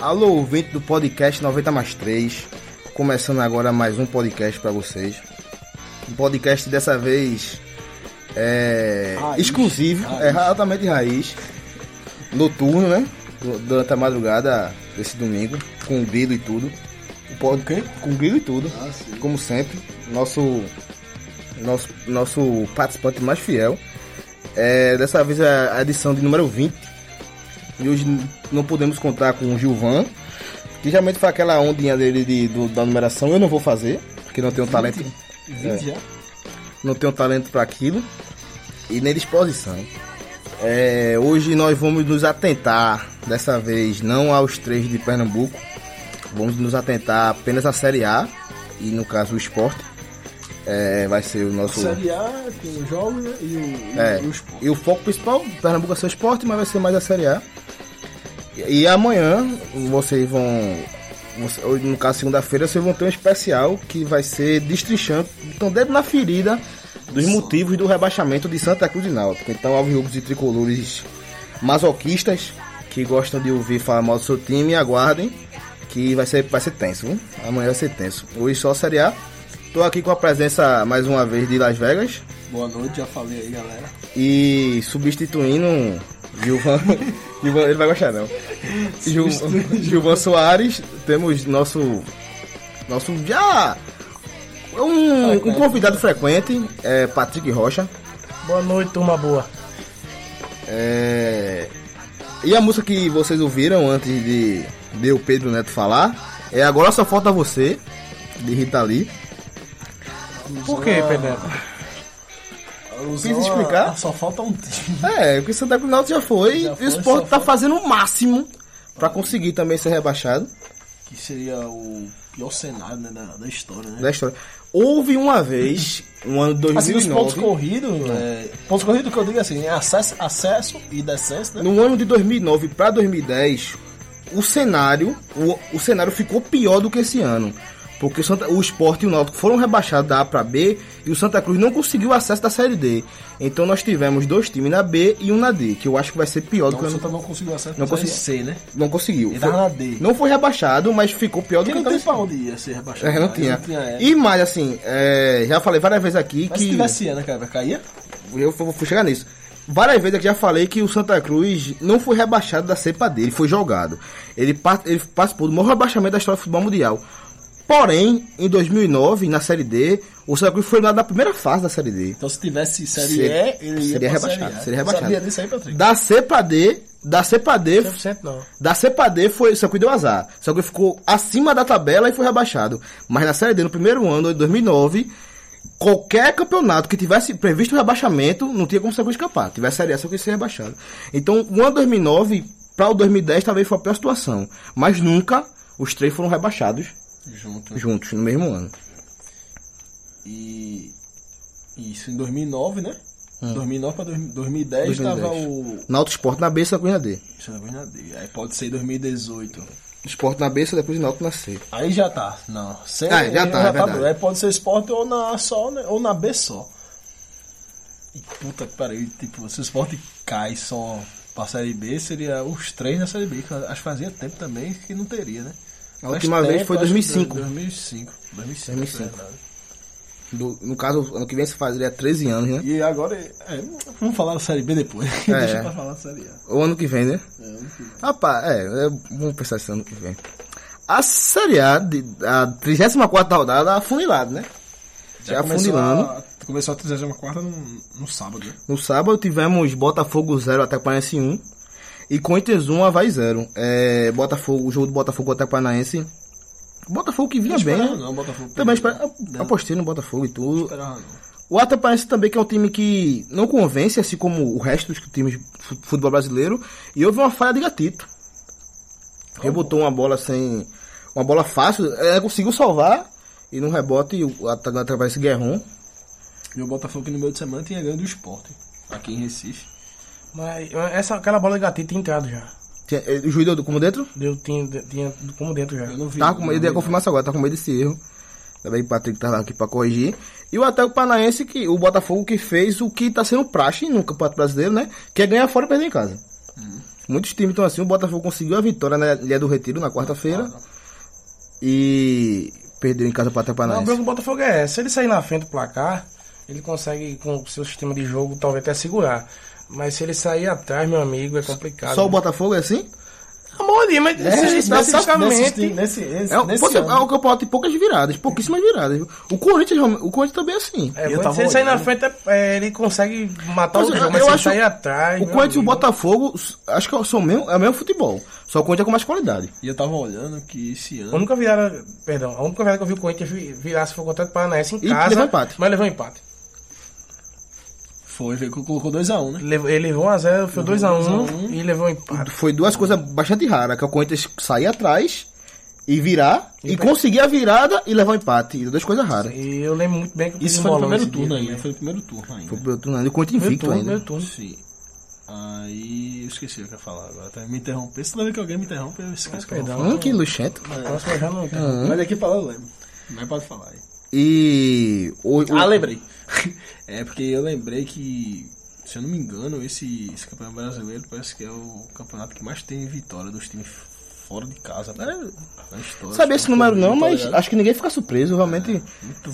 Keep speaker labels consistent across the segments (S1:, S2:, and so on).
S1: Alô, ouvinte do podcast 90 mais 3. Começando agora mais um podcast para vocês. Um podcast dessa vez é,
S2: Raiz,
S1: exclusivo,
S2: raiz.
S1: é altamente raiz. Noturno, né? Durante a madrugada desse domingo, com grilo e tudo. O pod...
S2: quê?
S1: Com grilo e tudo.
S2: Ah, sim.
S1: Como sempre, nosso, nosso, nosso participante mais fiel. É, dessa vez é a edição de número 20. E hoje n- não podemos contar com o Gilvan, que geralmente faz aquela ondinha dele de, do- da numeração. Eu não vou fazer, porque não tenho talento.
S2: 20 já?
S1: Não tenho talento para aquilo. E nem disposição. É, hoje nós vamos nos atentar, dessa vez não aos três de Pernambuco. Vamos nos atentar apenas à Série A. E no caso o esporte. É, vai ser o nosso.
S2: Série A tem os jogos né, e o, e
S1: É.
S2: o esporte.
S1: E o foco principal, Pernambuco é seu esporte, mas vai ser mais a Série A. E, e amanhã vocês vão. você- ou no caso, segunda-feira, vocês vão ter um especial que vai ser destrinchando, então dedo na ferida dos motivos do rebaixamento de Santa Cruz e Náutico. Então, alves rubros e tricolores masoquistas que gostam de ouvir falar mal do seu time, aguardem que vai ser, vai ser tenso. Viu? Amanhã vai ser tenso. Hoje só Série A. Tô aqui com a presença mais uma vez de Las Vegas.
S2: Boa noite, já falei aí, galera.
S1: E substituindo um Gilvan. Gilvan ele vai gostar não. Gil- Gilvan Soares, temos nosso. Nosso já. Um, um convidado frequente, é Patrick Rocha.
S3: Boa noite, turma boa.
S1: É, E a música que vocês ouviram antes de, de o Pedro Neto falar é Agora Só Falta Você, de Rita Lee.
S3: Por que, Pedro?
S2: Alusão
S1: Quis explicar?
S2: a- a só falta um time.
S1: É, porque Santa Cruz Náutico já foi,
S2: Já
S1: e
S2: foi,
S1: o Sport
S2: só
S1: tá
S2: foi.
S1: fazendo o máximo pra conseguir também ser rebaixado.
S2: Que seria o pior cenário né, da, da história, né?
S1: da história. Houve uma vez, no ano de
S2: Assim, os
S1: 2009,
S2: pontos corridos, é, pontos corridos que eu digo assim, é acesso, acesso e descenso, né?
S1: no ano de 2009 para 2010, o cenário, o, o cenário ficou pior do que esse ano. Porque o, Santa, o Sport e o Náutico foram rebaixados da A para B e o Santa Cruz não conseguiu o acesso da Série D. Então nós tivemos dois times na B e um na D, que eu acho que vai ser pior do
S2: Então,
S1: que
S2: o
S1: o ano
S2: Santa não conseguiu acesso
S1: Não
S2: pra Série C, né?
S1: Não conseguiu.
S2: Ele
S1: Foi-
S2: tava na D.
S1: não foi rebaixado, mas ficou pior do
S2: Porque
S1: que
S2: não
S1: tava
S2: tem pra
S1: sendo.
S2: onde ia ser rebaixado.
S1: É, não
S2: Aí
S1: tinha.
S2: é.
S1: E mais assim, é, já falei várias vezes aqui
S2: Mas
S1: que.
S2: se tivesse ano, cara, caía?
S1: eu vou vou chegar nisso. Várias vezes aqui já falei que o Santa Cruz não foi rebaixado da cepa dele, foi jogado. Ele, pa- ele participou do maior rebaixamento da história do futebol mundial. Porém, em 2009, na Série D, o Santa Cruz foi eliminado da primeira fase da Série D.
S2: Então se tivesse Série
S1: Seria-
S2: E, ele ia
S1: seria
S2: pra
S1: rebaixado,
S2: Série A.
S1: seria
S2: Eu
S1: rebaixado.
S2: Sabia disso aí, Patrick?
S1: Da cepa D, da cepa D,
S3: 100% não.
S1: da cepa D foi, o Santa Cruz deu azar. O Santa Cruz ficou acima da tabela e foi rebaixado. Mas na Série D, no primeiro ano, em 2009, qualquer campeonato que tivesse previsto o rebaixamento, não tinha como o Santa Cruz escapar. Tivesse Série A, só que ser rebaixado. Então, o ano 2009 para o 2010 talvez foi a pior situação. Mas nunca os três foram rebaixados
S2: Junto. né?
S1: juntos, no mesmo ano.
S2: E isso em 2009, né?
S1: Ah.
S2: 2009 para 2010 estava
S1: 2010.
S2: o.
S1: Náutico Sport na B e Santa Cruz na D.
S2: Deixa eu ver na D. Aí pode ser 2018.
S1: Sport na B, Santa Cruz e Náutico na C.
S2: Aí já tá. Não. Sem,
S1: Ah, já tá, é verdade.
S2: Aí pode ser Sport ou na A só, né? Ou na B só. E puta que pariu. Tipo, se o Sport cai só pra série B, seria os três na série B. que Acho que fazia tempo também que não teria, né?
S1: A última
S2: Faz
S1: vez
S2: tempo,
S1: foi
S2: acho que
S1: 2005.
S2: 2005. 2005.
S1: 2005.
S2: é verdade.
S1: Do- no caso, ano que vem se faria 13 anos, né?
S2: E agora, é, vamos falar da Série B depois.
S1: É.
S2: Deixa pra falar da Série A.
S1: Ou ano que vem, né? Rapaz, é, é, vamos pensar esse ano que vem. A Série A, de, a 34 rodada, afunilado, né? Já,
S2: começou
S1: afunilando.
S2: a- Começou a 34 no, no sábado. né?
S1: No sábado tivemos Botafogo 0, Atlético Paranaense 1. E Corinthians 1, Havaí 0. É, Botafogo, o jogo do Botafogo com o Atlético Paranaense. Botafogo que vinha
S2: Não
S1: bem,
S2: esperava
S1: né?
S2: não, Botafogo.
S1: Também
S2: perdeu.
S1: espera,
S2: Não, não
S1: apostei no Botafogo e tudo.
S2: esperava não.
S1: O Atlético Paranaense também que é um time que não convence, assim como o resto dos times de fu- futebol brasileiro. E houve uma falha de gatito. Rebotou uma bola sem. Uma bola fácil. É, conseguiu salvar. E num rebote o Atlético Atlético Paranaense um. Guerron.
S2: E o Botafogo no meio de semana tinha ganho do esporte. Aqui em Recife.
S3: Mas eh, essa, aquela bola de gatinho tinha entrado já.
S1: Tinha- eh, O juiz deu como dentro?
S3: Deu, tinha, tinha como dentro já.
S2: Eu não vi.
S1: Tava com medo, ele ia
S2: não vi,
S1: confirmar isso agora, tá com medo desse erro. Também o Patrick tava aqui pra corrigir. E o Atlético Paranaense, que, o Botafogo que fez o que tá sendo praxe no Campeonato Brasileiro, né? Que é ganhar fora e perder em casa. Muitos times estão assim. O Botafogo conseguiu a vitória na Ilha do Retiro na quarta-feira. E perdeu em casa para
S3: Não, a
S1: Atapanaense.
S3: bronca do Botafogo é essa. Se ele sair na frente do placar, ele consegue, com o seu sistema de jogo, talvez até segurar. Mas se ele sair atrás, meu amigo, é complicado.
S1: Só o É, Botafogo é assim?
S3: Amor ali, mas
S2: Nesse- nesse- nesse-
S3: especificamente.
S2: nesse- nesse-
S1: É, o-
S2: nesse
S1: pode- é
S2: ano.
S1: o campeonato de poucas viradas, pouquíssimas viradas. viu? O Corinthians, o Corinthians também é assim.
S3: É,
S2: Eu
S3: quando
S2: tava
S3: se ele sair na
S2: olhando.
S3: frente, é, ele consegue matar
S1: Mas
S3: o
S1: eu-
S3: jogo. Mas
S1: eu
S3: se ele
S1: acho-
S3: sair atrás.
S1: O
S3: É, meu
S1: Corinthians e o
S3: amigo.
S1: Botafogo, s- acho que são o mesmo, é o mesmo futebol. Só o Corinthians é com mais qualidade.
S2: E eu tava olhando que esse
S3: A
S2: ano.
S3: única virada, perdão, a única virada que eu vi o Corinthians vi- virar se foi contra o Paranaense em
S1: E
S3: casa.
S1: levou empate.
S3: Mas levou empate.
S2: Foi, veio que colocou 2x1, né?
S3: Levou- Ele levou 1x0, foi 2x1 e levou um empate.
S1: Foi duas coisas bastante raras, que é o Corinthians sair atrás e virar, e, conseguir a virada e levar o empate. Duas coisas raras.
S3: E eu lembro muito bem que eu fiz
S2: Isso
S3: um
S2: foi no
S3: bolão
S2: primeiro
S3: esse
S2: turno né? ainda.
S3: dia também.
S2: Foi no primeiro turno ainda.
S1: né? Foi pro outro lado, e o Corinthians
S3: Primeiro
S1: invicto
S3: turno, primeiro
S1: ainda.
S3: turno.
S2: Sim. Aí eu esqueci o que eu ia falar agora. Até me interromper. Se lembra que alguém me interrompe, eu esqueço o que eu vou
S3: Perdão.
S1: Hum, que luxento. Hum,
S3: A próxima É. já não tem.
S2: falar. Mas daqui pra lá eu lembro. Mas pode falar aí.
S1: E. O, o-
S2: Ah, lembrei. É porque eu lembrei que, se eu não me engano, esse, esse campeonato brasileiro parece que é o campeonato que mais tem vitória dos times fora de casa. Né? Na história.
S1: Sabia esse número não,
S2: Tá
S1: mas
S2: ligado?
S1: acho que ninguém fica surpreso, realmente.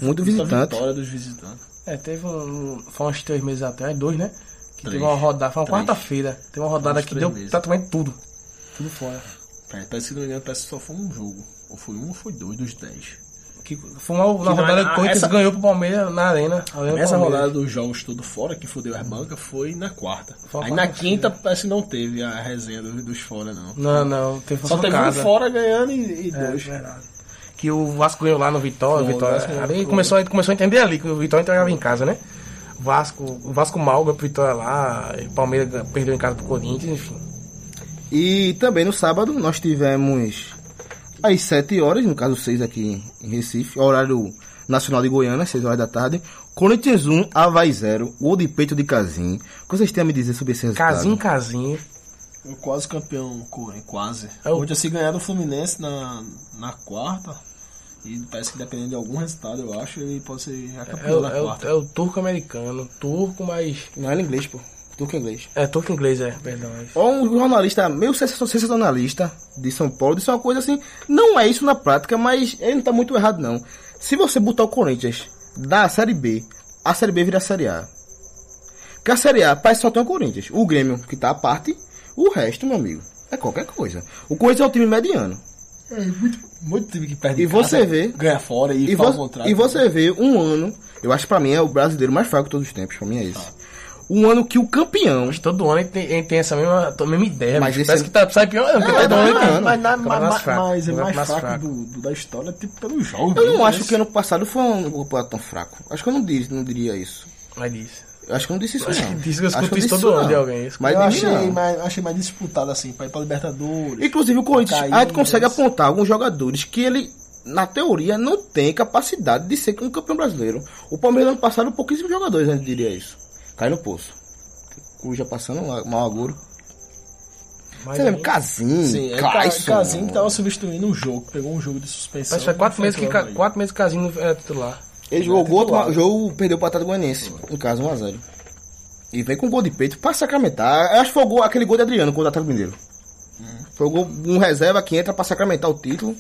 S1: muito, visitante.
S2: vitória dos visitantes.
S3: É, teve um. Foi uns três meses atrás, dois, né? Que
S2: Três.
S3: teve uma rodada, foi uma
S2: Três.
S3: quarta-feira. Teve uma rodada
S2: Foi uns
S3: que
S2: três
S3: deu
S2: meses.
S3: praticamente tudo. Tudo fora.
S2: É, parece que, se não me engano, parece que só foi um jogo. Ou foi um ou foi dois dos dez.
S3: Que foi uma, uma
S2: Que não é-
S3: rodada que
S2: ah,
S3: o Corinthians
S2: essa-
S3: ganhou pro Palmeiras na arena. A arena do
S2: Essa
S3: Palmeiras.
S2: rodada dos jogos todo fora, que fodeu as bancas, foi na quarta.
S3: Foi a
S2: Aí na
S3: quarta-feira.
S2: quinta parece que não teve a resenha do- dos fora, não.
S3: Não, não. Teve
S2: Só
S3: só
S2: teve
S3: casa.
S2: um fora ganhando e, e
S3: É,
S2: dois.
S3: verdade. Que o Vasco ganhou lá no Vitória.
S2: Foi,
S3: Vitória
S2: o Vasco ganhou.
S3: ali começou, a- começou a entender ali que o Vitória entregava em casa, né? O Vasco, o Vasco mal ganhou pro Vitória lá. e O Palmeiras gan- perdeu em casa pro Corinthians, enfim.
S1: E também no sábado nós tivemos às 7 horas, no caso 6 aqui em Recife, horário nacional de Goiânia, 6 horas da tarde. Corinthians 1, Havaí 0, gol de peito de Casim. O que vocês têm a me dizer sobre esse resultado?
S3: Casinho, casinho.
S2: Eu quase campeão, Corinthians, quase.
S3: É o-
S2: Hoje eu se ganhar do Fluminense na, na quarta. E parece que dependendo de algum resultado, eu acho, ele pode ser já
S3: É
S2: campeão
S3: o,
S2: na
S3: é
S2: Tá
S3: o-
S2: quarta.
S3: é o turco americano. Turco, mas.
S1: Não, era inglês, pô. Turco é inglês.
S3: É turco inglês, é, perdão. é isso.
S1: Ó, Um jornalista meio sensacion- sensacionalista de São Paulo disse uma coisa assim, não é isso na prática, mas ele não tá muito errado não. Se você botar o Corinthians da Série B, a Série B vira a Série A. Porque a Série A parece que só tem o Corinthians. O Grêmio, que tá à parte, o resto, meu amigo, é qualquer coisa. O Corinthians é um time mediano.
S2: É, muito, muito time que perde
S1: E
S2: em casa,
S1: você vê-
S2: Ganha fora e,
S1: E,
S2: faz
S1: vo-
S2: o contrário.
S1: e você vê um ano, eu acho que pra mim é o brasileiro mais fraco de todos os tempos, pra mim é esse. Um ano que o campeão...
S3: Mas todo ano a gente tem, a gente tem essa mesma, a mesma ideia.
S1: Mas
S3: Mas
S1: esse
S3: parece
S1: ano-
S3: que tá, sai pior. Não,
S1: é
S3: todo
S1: do
S3: ano
S1: ano,
S3: tem-
S1: ano.
S2: Mas, na-
S3: Campeonato
S2: mas-
S3: mais fraco,
S2: mas é mais,
S3: campeonato mais
S2: fraco,
S3: fraco.
S2: do- do- da história, tipo, pelo jogo.
S1: Eu não
S2: né?
S1: acho que ano passado foi um campeonato tão fraco. Acho que eu não, dir- não diria isso.
S3: Mas isso.
S1: Eu Acho que eu não disse isso,
S3: Acho
S1: não.
S3: que disse que
S1: Acho
S3: eu escuto
S1: não
S3: isso
S1: disse
S3: todo ano
S1: não.
S3: de alguém, isso.
S1: Mas
S2: eu
S1: de mim,
S2: achei
S1: não.
S2: mais, achei mais disputado assim, pra ir pra Libertadores.
S1: Inclusive o Corinthians,
S2: Caí,
S1: a gente consegue
S2: Tá mas-
S1: apontar alguns jogadores que ele, na teoria, não tem capacidade de ser um campeão brasileiro. O Palmeiras ano passado, pouquíssimos jogadores, a gente diria isso. Cai no poço. Cuja passando um mal agouro.
S3: Mas
S1: Você lembra?
S3: aí-
S1: Casim,
S2: Sim, é Ca-
S1: Clayson.
S2: Casim que tava substituindo um jogo, pegou um jogo de suspensão.
S3: Mas faz quatro
S2: Não
S3: meses, que,
S2: foi
S3: ca- quatro meses que Casinho não é titular.
S1: Ele é jogou
S2: titular.
S1: outro jogo, perdeu o Atlético Goianiense. Em casa, 1x0. E vem com um gol de peito pra sacramentar. Eu acho que foi o gol- aquele gol de Adriano contra o Atlético Mineiro. Foi o gol, um reserva que entra pra sacramentar o título.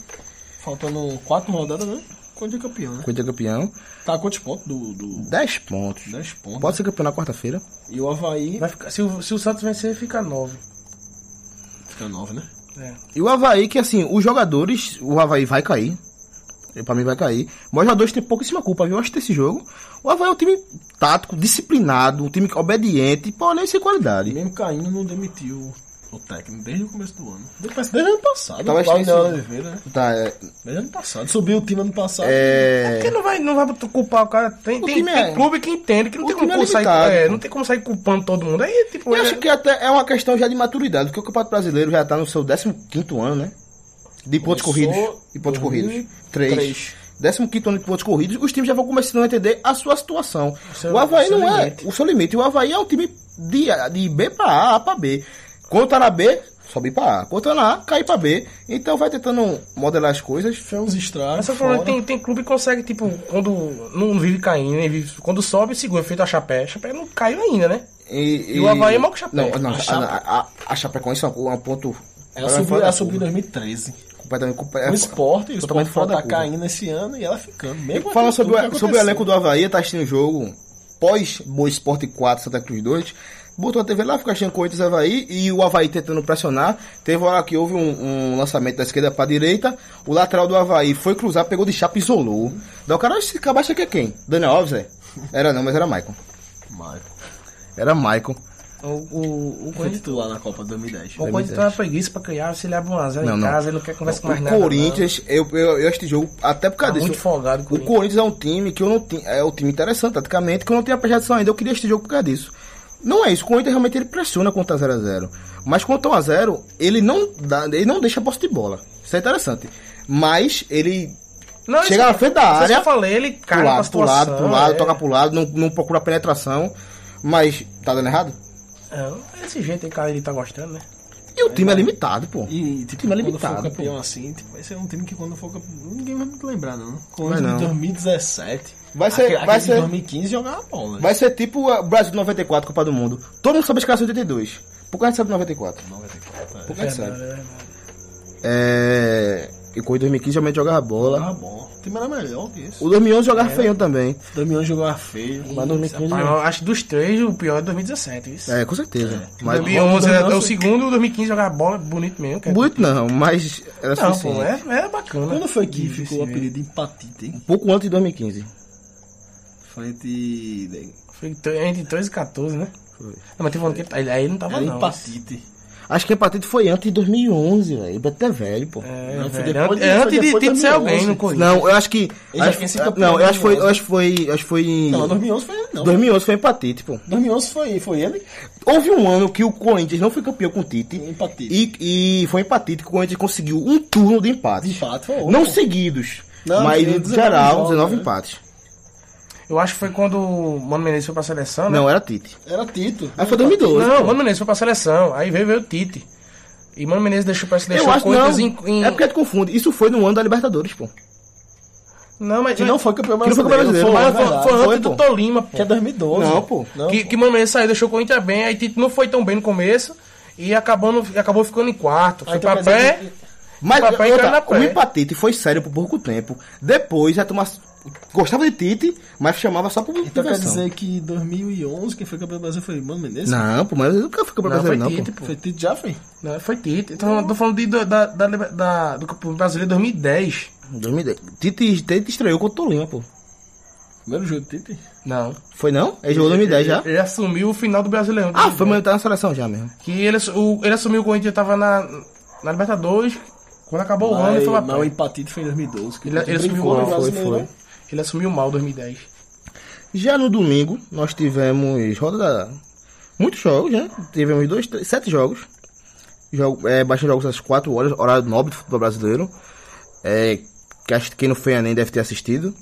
S2: Faltando quatro rodadas, né? Quando é campeão, né?
S1: Corinthians é campeão.
S2: Tá quantos pontos do. do...
S1: 10 pontos.
S2: 10 pontos.
S1: Pode ser campeão na quarta-feira.
S2: E o Havaí.
S3: Vai ficar, se, o, se o Santos vencer, fica nove.
S2: Fica 9, né?
S3: É.
S1: E o Havaí, que assim, os jogadores, o Havaí vai cair. E Pra mim vai cair. Mas os jogadores têm pouquíssima culpa, viu? Eu acho que desse jogo. O Havaí é um time tático, disciplinado, um time obediente, porém sem
S2: E
S1: qualidade.
S2: mesmo caindo, não demitiu o técnico desde o começo do ano. Depois, desde o ano passado.
S1: Talvez
S2: o Claudio
S1: tenha sido.
S2: Oliveira, né?
S1: Tá, é,
S2: Desde o ano passado. Subiu o time ano passado.
S1: é,
S3: Porque não vai, não vai culpar o cara. Tem,
S1: O
S3: tem,
S1: time
S3: tem
S1: é-
S3: clube que entende que não
S1: o
S3: tem
S1: time
S3: como,
S1: é
S3: sair,
S1: limitado,
S3: é,
S1: pô.
S3: não tem como sair culpando todo mundo. Aí, tipo,
S1: Eu
S3: é-
S1: acho que até é uma questão já de maturidade, porque o Campeonato Brasileiro já tá no seu 15º ano, né? De pontos
S2: Começou
S1: corridos. De pontos corridos.
S2: 2003.
S1: Três. 15º ano de pontos corridos, os times já vão começando a entender a sua situação.
S3: seu-
S1: o Havaí
S3: o seu
S1: não
S3: limite.
S1: é o seu limite. O Havaí é um time de, de B pra A, A pra B. Quando tá na B, sobe pra A. Quando tá na A, cai pra B. Então vai tentando modelar as coisas.
S2: Fez uns estragos.
S3: Mas é só
S2: fora.
S3: falando, tem, tem clube que consegue, tipo, quando não vive caindo, nem vive, quando sobe, segura, feito a chapé. A chapé não caiu ainda, né?
S1: E,
S3: E o Havaí é maior que o Chapéu.
S1: Não, não,
S3: A
S1: a,
S3: chapa.
S1: a- a- a Chapecoense é um, é um ponto Ela
S2: Ela
S1: é
S2: subiu,
S1: fora
S2: ela
S1: da
S2: subiu em
S1: curva. É,
S2: 2013.
S1: completamente. compa-
S2: O esporte, o
S1: totalmente
S2: esporte
S1: fora da
S2: tá
S1: curva.
S2: caindo esse ano e ela ficando. Mesmo
S1: Falando
S2: aqui,
S1: sobre,
S2: tudo
S1: o-
S2: que
S1: sobre o
S2: aconteceu.
S1: elenco do Havaí, tá assistindo o jogo pós Boa Esporte 4, Santa Cruz 2. Botou a TV lá, ficou achando Corinthians e Havaí e o Havaí tentando pressionar. Teve uma hora que houve um, um lançamento da esquerda pra direita. O lateral do Havaí foi cruzar, pegou de chapa e isolou. Daí o cara, esse cabaço aqui é quem? Daniel Alves, é? Era não, mas era Michael.
S2: Marco.
S1: Era Michael.
S3: O, o, o
S2: Foi
S3: Corinthians.
S2: titular na Copa 2010.
S3: O Corinthians tem uma preguiça pra criar, se ele abre um a zero
S1: Não,
S3: em
S1: não.
S3: casa, ele não quer conversar com mais
S1: o
S3: nada. não.
S1: Corinthians, eu, eu, eu este jogo, até por
S3: tá
S1: causa disso.
S3: muito folgado com
S1: O Corinthians é um time que eu não tinha. É um time interessante, taticamente, que eu não tinha projeção ainda. Eu queria este jogo por causa disso. Não é isso. O Corinthians realmente ele pressiona contra 0x0. Mas contra 1x0, ele não dá, ele não deixa a posse de bola. Isso é interessante. Mas ele
S3: Não,
S1: chega
S3: isso-
S1: na frente da
S3: isso
S1: área,
S3: Eu falei, ele cai
S1: pro
S3: pra
S1: lado, pro
S3: situação,
S1: lado, pro lado,
S3: é.
S1: toca pro lado, não, não procura penetração. Mas tá dando errado?
S3: É, esse jeito aí, cara, ele tá gostando, né?
S1: E o time é limitado, pô.
S2: E, tipo,
S1: Time é
S2: quando
S1: limitado,
S2: for campeão assim, tipo, vai ser um time que quando for campeão, ninguém vai muito lembrar, não. Quando
S1: Vai
S2: em
S1: não.
S2: 2017.
S1: Vai ser-
S2: aquele-
S1: vai
S2: aquele de
S1: ser-
S2: 2015 jogava né? bola.
S1: Vai ser tipo o Brasil 94, Copa do Mundo. Todo mundo sabe a escalação de 82. Por que a gente sabe 94?
S2: 94,
S1: Por
S2: é.
S1: que a gente sabe?
S3: Verdade,
S1: É... E com o 2015 realmente jogava bola.
S2: Jogava bom. O time era melhor que isso.
S1: O 2011
S2: É.
S1: jogava feião também.
S2: O Damião jogava feio.
S1: Mas 2015
S3: Rapaz,
S1: não.
S3: eu acho que dos três, o pior é 2017, isso.
S1: É, com certeza. Mas
S3: 2011 é, é o
S2: Nossa.
S3: segundo, o 2015 jogava bola bonito mesmo. Que é-
S1: bonito não, mas era
S3: Não,
S1: suficiente.
S3: pô, é, é bacana.
S2: Quando foi que
S3: De- de
S2: ficou o
S3: se ver.
S2: apelido de empatite, hein?
S1: Um Pouco antes de 2015.
S2: Frente. de-
S3: Foi t- entre 13 e 14, né?
S1: Foi.
S3: Não, mas teve um ano que ele- aí- aí ele não tava
S2: Era
S3: não.
S2: empatite.
S1: Acho que a patente foi antes de 2011, velho. Ele até velho, pô.
S3: É,
S2: Não, foi
S3: velho,
S2: depois de-
S3: é antes
S2: foi
S3: de,
S2: depois de
S3: de
S2: 2011.
S3: ser alguém no Corinthians.
S1: Não, eu acho que.
S2: Ele já
S1: acho-
S2: tinha sido campeão
S1: não, eu acho que foi.
S2: 2011.
S1: Eu acho que foi. Acho que foi em-
S2: Não, 2011 foi ele, não.
S1: 2011 foi empatite, pô.
S2: 2011 foi, foi ele?
S1: Houve um ano que o Corinthians não foi campeão com o Tite.
S2: Empatite.
S1: E, e foi empatite que o Corinthians conseguiu um turno de empate.
S2: De fato, foi outro.
S1: Não seguidos.
S2: Não,
S1: mas
S2: teve
S1: em
S2: 19
S1: geral,
S2: jogos,
S1: 19
S2: né?
S1: empates.
S3: Eu acho que foi quando o Mano Menezes foi pra seleção, né?
S1: Não, era Tite.
S2: Era Tito.
S1: Aí foi 2012.
S3: Não,
S1: pô.
S3: o Mano Menezes foi pra seleção. Aí veio, veio o Tite. E Mano Menezes deixou, parece que deixou
S1: eu acho que não.
S3: Corinthians em, em-
S1: É porque tu confunde. Isso foi no ano da Libertadores, pô.
S3: Não, mas.
S1: Que não foi campeão
S3: que não foi campeão
S1: brasileiro.
S3: brasileiro. Mas
S1: Foi, é
S3: foi, foi
S1: verdade.
S3: antes
S1: Foi,
S3: do
S1: pô.
S3: Tolima, pô.
S2: Que é 2012.
S1: Não, pô.
S2: Não,
S3: que,
S2: pô.
S3: que Mano Menezes saiu, deixou o Corinthians bem, aí Tite não foi tão bem no começo e acabou, no- acabou ficando em quarto. Foi
S2: Aí tu
S1: um
S3: pra
S2: quer dizer
S3: pé.
S2: que-
S1: Mas
S3: Papai
S1: outra,
S3: caiu na
S1: o
S3: pré.
S1: empatite foi sério por pouco tempo. Depois a turma gostava de Tite, mas chamava só por
S2: Então quer
S1: diversão.
S2: dizer que em 2011 quem foi campeão do Brasil foi Mano Menezes?
S1: Não, pô, mas eu nunca fui campeão
S3: Não, foi
S1: brasileiro, não,
S3: Tite,
S1: pô.
S3: pô.
S2: Foi Tito já foi?
S3: Não, foi Tite. Então, tô falando de, do- da, da, da- do Campeonato Brasileiro 2010.
S1: 2010. Tite, Tite estreou contra o Tolima, pô.
S2: Primeiro jogo do Tite?
S3: Não.
S1: Foi não? Ele jogou 2010 já?
S3: Ele assumiu o final do Brasileirão.
S1: Ah, foi, mas ele tá na seleção já mesmo.
S3: Que ele, assu- o, ele assumiu o Corinthians, tava na, na Libertadores. Quando acabou o ano, ele foi pra
S2: mas, mas o
S3: pé.
S2: empatite foi em 2012. que
S3: Ele,
S2: o Tite
S3: ele assumiu
S2: brincou né?
S3: mal,
S2: no
S3: foi,
S2: Brasileirão.
S3: foi. Ele assumiu mal 2010.
S1: Já no domingo, nós tivemos roda da... Muitos jogos, né? Tivemos dois, três, sete jogos. Jogo, é, bastante jogos às quatro horas, horário nobre do futebol brasileiro. É, que acho que quem não foi a nem deve ter assistido.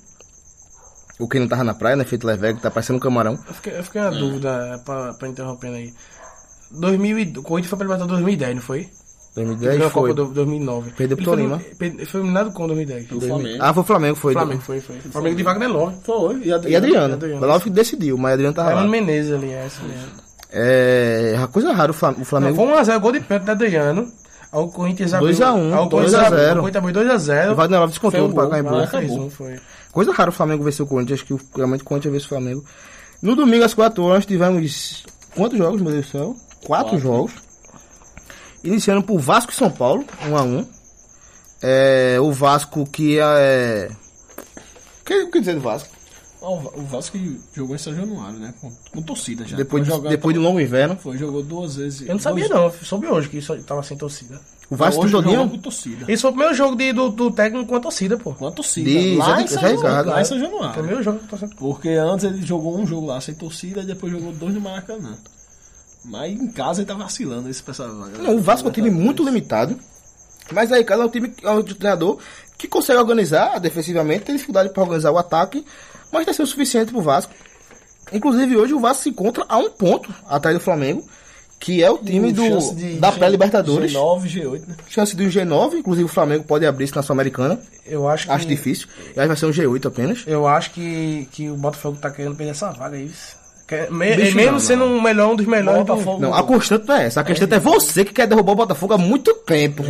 S1: Ou quem não tava na praia, né? Feito Levego, tá parecendo um camarão.
S3: Eu fiquei, eu fiquei na dúvida, né, pra, pra interrompendo aí. 2000, e- o Corinthians foi pra Libertadores 2010, não foi?
S1: 2010
S3: Ganhou a
S1: foi.
S3: Copa do 2009.
S1: Perdeu pro
S3: Ele foi
S1: Tolima.
S3: no- per- Foi eliminado com 2010.
S2: O Flamengo.
S1: Ah, foi o Flamengo, foi.
S3: Flamengo, foi, foi. Flamengo de Wagner Love.
S2: Foi. E Adriano.
S1: E Adriano.
S3: E Adriano.
S1: Lá que decidiu, mas Adriano tava
S3: Era no
S1: lá.
S3: Menezes ali, é isso mesmo.
S1: É, coisa rara o Flam- o
S3: Não,
S1: Flamengo.
S3: foi 1x0, gol de pênalti da Adriano. Aí o Corinthians abriu...
S1: 2x1,
S3: aí o Corinthians
S1: 2x0.
S3: abriu- O Corinthians abriu 2x0.
S1: E Wagner Love descontou
S3: Foi um
S1: pra
S3: gol,
S1: Caimbu.
S3: mas fez
S1: Acabou.
S3: um, foi.
S1: Coisa rara o Flamengo vencer o Corinthians, acho que realmente o Corinthians vence o Flamengo. No domingo, às 4 horas, tivemos. Quantos jogos, meu Deus do céu? Quatro, jogos. Iniciando por Vasco e São Paulo, 1 um a 1 um. É, O Vasco que é. O que, o que dizer do Vasco?
S2: Ah, o Va- O Vasco jogou em São Januário, né? Com, com torcida já. tá
S1: Depois,
S2: Foi
S1: de,
S2: jogar-
S1: depois de um longo inverno.
S2: Foi, jogou duas vezes.
S3: Eu não sabia não, eu soube hoje que isso tava sem torcida.
S1: O Vasco
S2: Tá
S1: um
S2: Hoje jogou com
S1: todinho.
S2: torcida.
S3: Isso foi o primeiro jogo de, do, do técnico com a torcida, pô.
S2: Com a torcida.
S1: De-
S2: lá,
S1: Zé-
S2: em São
S1: Zé
S2: Januário,
S1: Ricardo,
S2: lá
S1: né?
S2: em São
S3: Foi o
S2: Januário.
S3: primeiro jogo com a torcida.
S2: Porque antes ele jogou um jogo lá sem torcida e depois jogou dois no Maracanã. Mas em casa ele tá vacilando esse pessoal.
S1: Não, o Vasco é um time muito limitado. Mas aí, cara, é um time que- é um treinador que consegue organizar defensivamente, tem dificuldade para organizar o ataque, mas está sendo suficiente para o Vasco. Inclusive, hoje o Vasco se encontra a um ponto atrás do Flamengo, que é o time do, da pré-Libertadores.
S2: G9, G8, né?
S1: Chance de um G9, inclusive o Flamengo pode abrir isso na Sul-Americana.
S3: Eu acho que...
S1: Acho difícil. E aí vai ser um G8 apenas.
S3: Eu acho que, que o Botafogo tá querendo perder essa vaga aí. Que- me-
S1: Bicho,
S3: mesmo
S1: não,
S3: sendo
S1: não.
S3: o melhor, um dos melhores do
S2: Botafogo.
S1: Não, a constante não é essa. A constante é você que quer derrubar o Botafogo há muito tempo.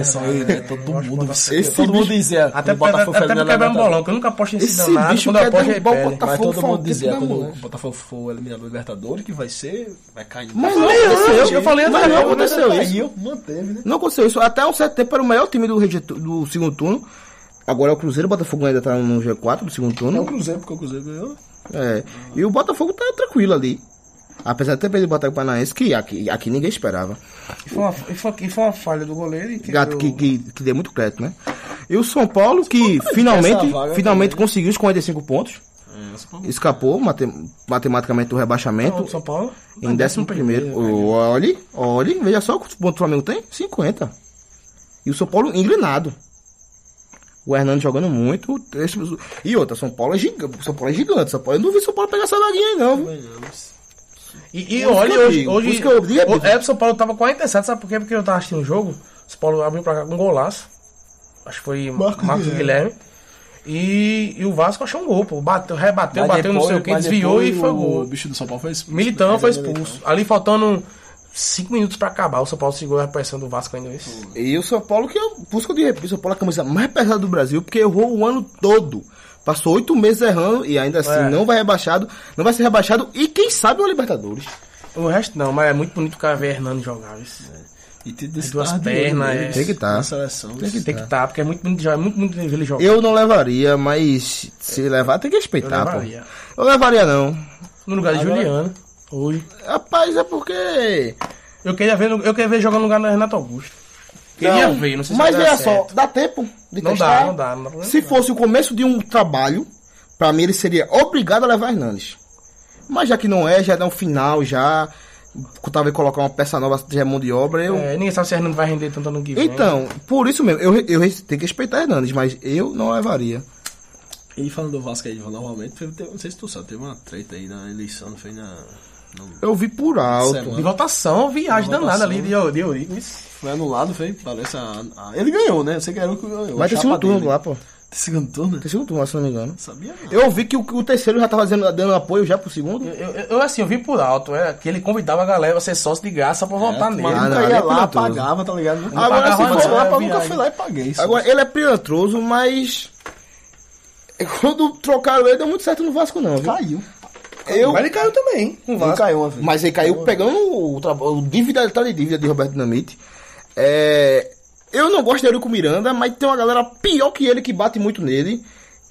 S2: É, todo mundo,
S1: Esse
S2: todo mundo
S1: bicho-
S2: dizia.
S3: é Até,
S2: o Botafogo
S3: até, até
S2: foi
S3: porque é um bolão, que eu nunca aposto nesse
S1: Esse
S3: danado.
S1: bicho
S3: Quando eu
S1: quer
S3: aposto,
S1: derrubar o
S3: repete.
S1: Botafogo.
S2: Mas todo
S1: foi um
S2: mundo dizia,
S1: tempo da
S2: quando o
S1: morte.
S2: Botafogo for eliminado do Libertadores, que vai ser, vai cair.
S1: Mas
S2: Vai
S1: não
S2: cair,
S1: aconteceu,
S2: gente.
S1: eu falei,
S2: Mas
S1: não
S2: não
S1: aconteceu isso.
S2: Caiu, manteve, né?
S1: Não aconteceu isso. Até um certo tempo era o melhor time do, reje- do segundo turno. Agora é o Cruzeiro, o Botafogo ainda tá no G4 do segundo
S2: É o
S1: turno.
S2: Cruzeiro, porque o Cruzeiro ganhou.
S1: É. E o Botafogo tá tranquilo ali. Apesar de ter perdido o Botafogo Paranaense, que aqui, aqui ninguém esperava.
S3: E foi, uma, e, foi, e foi uma falha do goleiro. e que
S1: Gato
S3: eu-
S1: que, que, que deu muito crédito, né? E o São Paulo, tá que finalmente,
S2: essa vaga
S1: finalmente conseguiu os 45 pontos.
S2: É,
S1: Escapou matem- matematicamente do rebaixamento.
S3: São Paulo?
S1: Em décimo primeiro. Ô, Olhe, olhe, veja só quantos pontos o Flamengo tem? 50. E o São Paulo engrenado. O Hernando jogando muito. esse- E outra, São Paulo é gigante. São Paulo é gigante. São Paulo, eu não vi São Paulo pegar essa vaguinha aí, não. viu?
S3: E, e
S1: Por isso que
S3: olha,
S1: eu
S3: hoje.
S1: digo,
S3: hoje
S1: por isso que eu digo, é
S3: o-
S1: bicho.
S3: é, o São Paulo tava 47, sabe por quê? Porque eu tava assistindo o jogo. O São Paulo abriu pra cá com um golaço. Acho que foi Marcos,
S2: Marcos
S3: Guilherme. E, e o Vasco achou um gol, pô. Bateu, rebateu, bateu não sei o que, desviou e foi
S2: O
S3: gol.
S2: bicho do São Paulo foi expulso.
S3: Militão foi expulso. Ali faltando 5 minutos pra acabar. O São Paulo segurou a pressão do Vasco ainda. Esse.
S1: E o São Paulo, que é busca de repito, o São Paulo é a camisa mais pesada do Brasil, porque errou o ano todo. Passou oito meses errando e ainda assim
S3: É.
S1: não vai rebaixado, não vai ser rebaixado e quem sabe o Libertadores.
S3: O resto não, mas é muito bonito o cara ver Hernando jogar. Isso.
S2: E tem desse
S3: Duas
S2: tarde,
S3: pernas,
S2: né?
S3: é.
S1: Tem que tá.
S2: Na seleção. né?
S1: Tem que
S3: Tem que estar, porque é muito bonito jogar, é muito bonito ver ele jogar.
S1: Eu não levaria, mas se levar tem que respeitar,
S3: Eu
S1: pô.
S3: levaria.
S1: Eu levaria não.
S3: No lugar de
S2: Agora-
S3: Juliano, hoje.
S1: Rapaz, é porque
S3: Eu queria ver, eu queria ver jogando no lugar do Renato Augusto. Queria ver, não sei se
S1: Mas
S3: vai dar
S1: veja só,
S3: certo.
S1: dá tempo de
S3: Não
S1: testar.
S3: dá, não dá, não dá pra
S1: Se fosse o começo de um trabalho, pra mim ele seria obrigado a levar Hernandes. Mas já que não é, já dá um final, já. Talvez colocar uma peça nova de mão de obra. Eu...
S3: É, ninguém sabe se o Hernando vai render tanto ano que vem.
S1: Então, por isso mesmo, eu, eu tenho que respeitar Hernandes, mas eu não levaria.
S2: E falando do Vasco aí, Ivan, novamente, teve- teve- não sei se tu sabe, teve uma treta aí na eleição, não foi na. não-
S1: Eu vi por alto.
S2: Semana.
S3: De votação, viagem
S2: De
S3: danada
S2: votação.
S3: ali de, Eu- de Euripides.
S2: Foi anulado, foi. Parece a, a- ele ganhou, né? Você ganhou que ganhou.
S1: Vai
S2: a
S1: ter
S2: chapa
S1: segundo turno
S2: dele.
S1: lá, pô.
S2: Tem segundo turno?
S1: Tem segundo turno lá, se não me engano.
S2: Sabia não.
S1: Eu vi que o, o terceiro já tava dando, dando apoio já pro segundo.
S3: Eu, eu- eu, assim, eu vi por alto, é, que ele convidava a galera a ser sócio de graça pra votar
S2: Mas
S3: nele.
S1: Ah, não,
S2: nunca
S1: ali é
S2: ia lá,
S1: perigoso.
S2: pagava, tá ligado? Nunca
S1: Ah, Agora,
S2: pagava,
S1: se
S2: mas
S1: for
S2: eu
S1: lá,
S2: nunca
S3: viagem.
S2: fui lá e paguei. sabe?
S1: Agora, ele é pilantroso, mas. Quando trocaram ele, deu muito certo no Vasco, não, viu?
S2: caiu.
S1: Eu,
S3: Mas ele caiu também, hein? Com o
S2: Não
S3: Vasco.
S2: caiu uma vez.
S1: Mas ele caiu pegando o, tra- o dívida, tá de dívida de Roberto Dinamite. É, eu não gosto de Eurico Miranda, mas tem uma galera pior que ele que bate muito nele.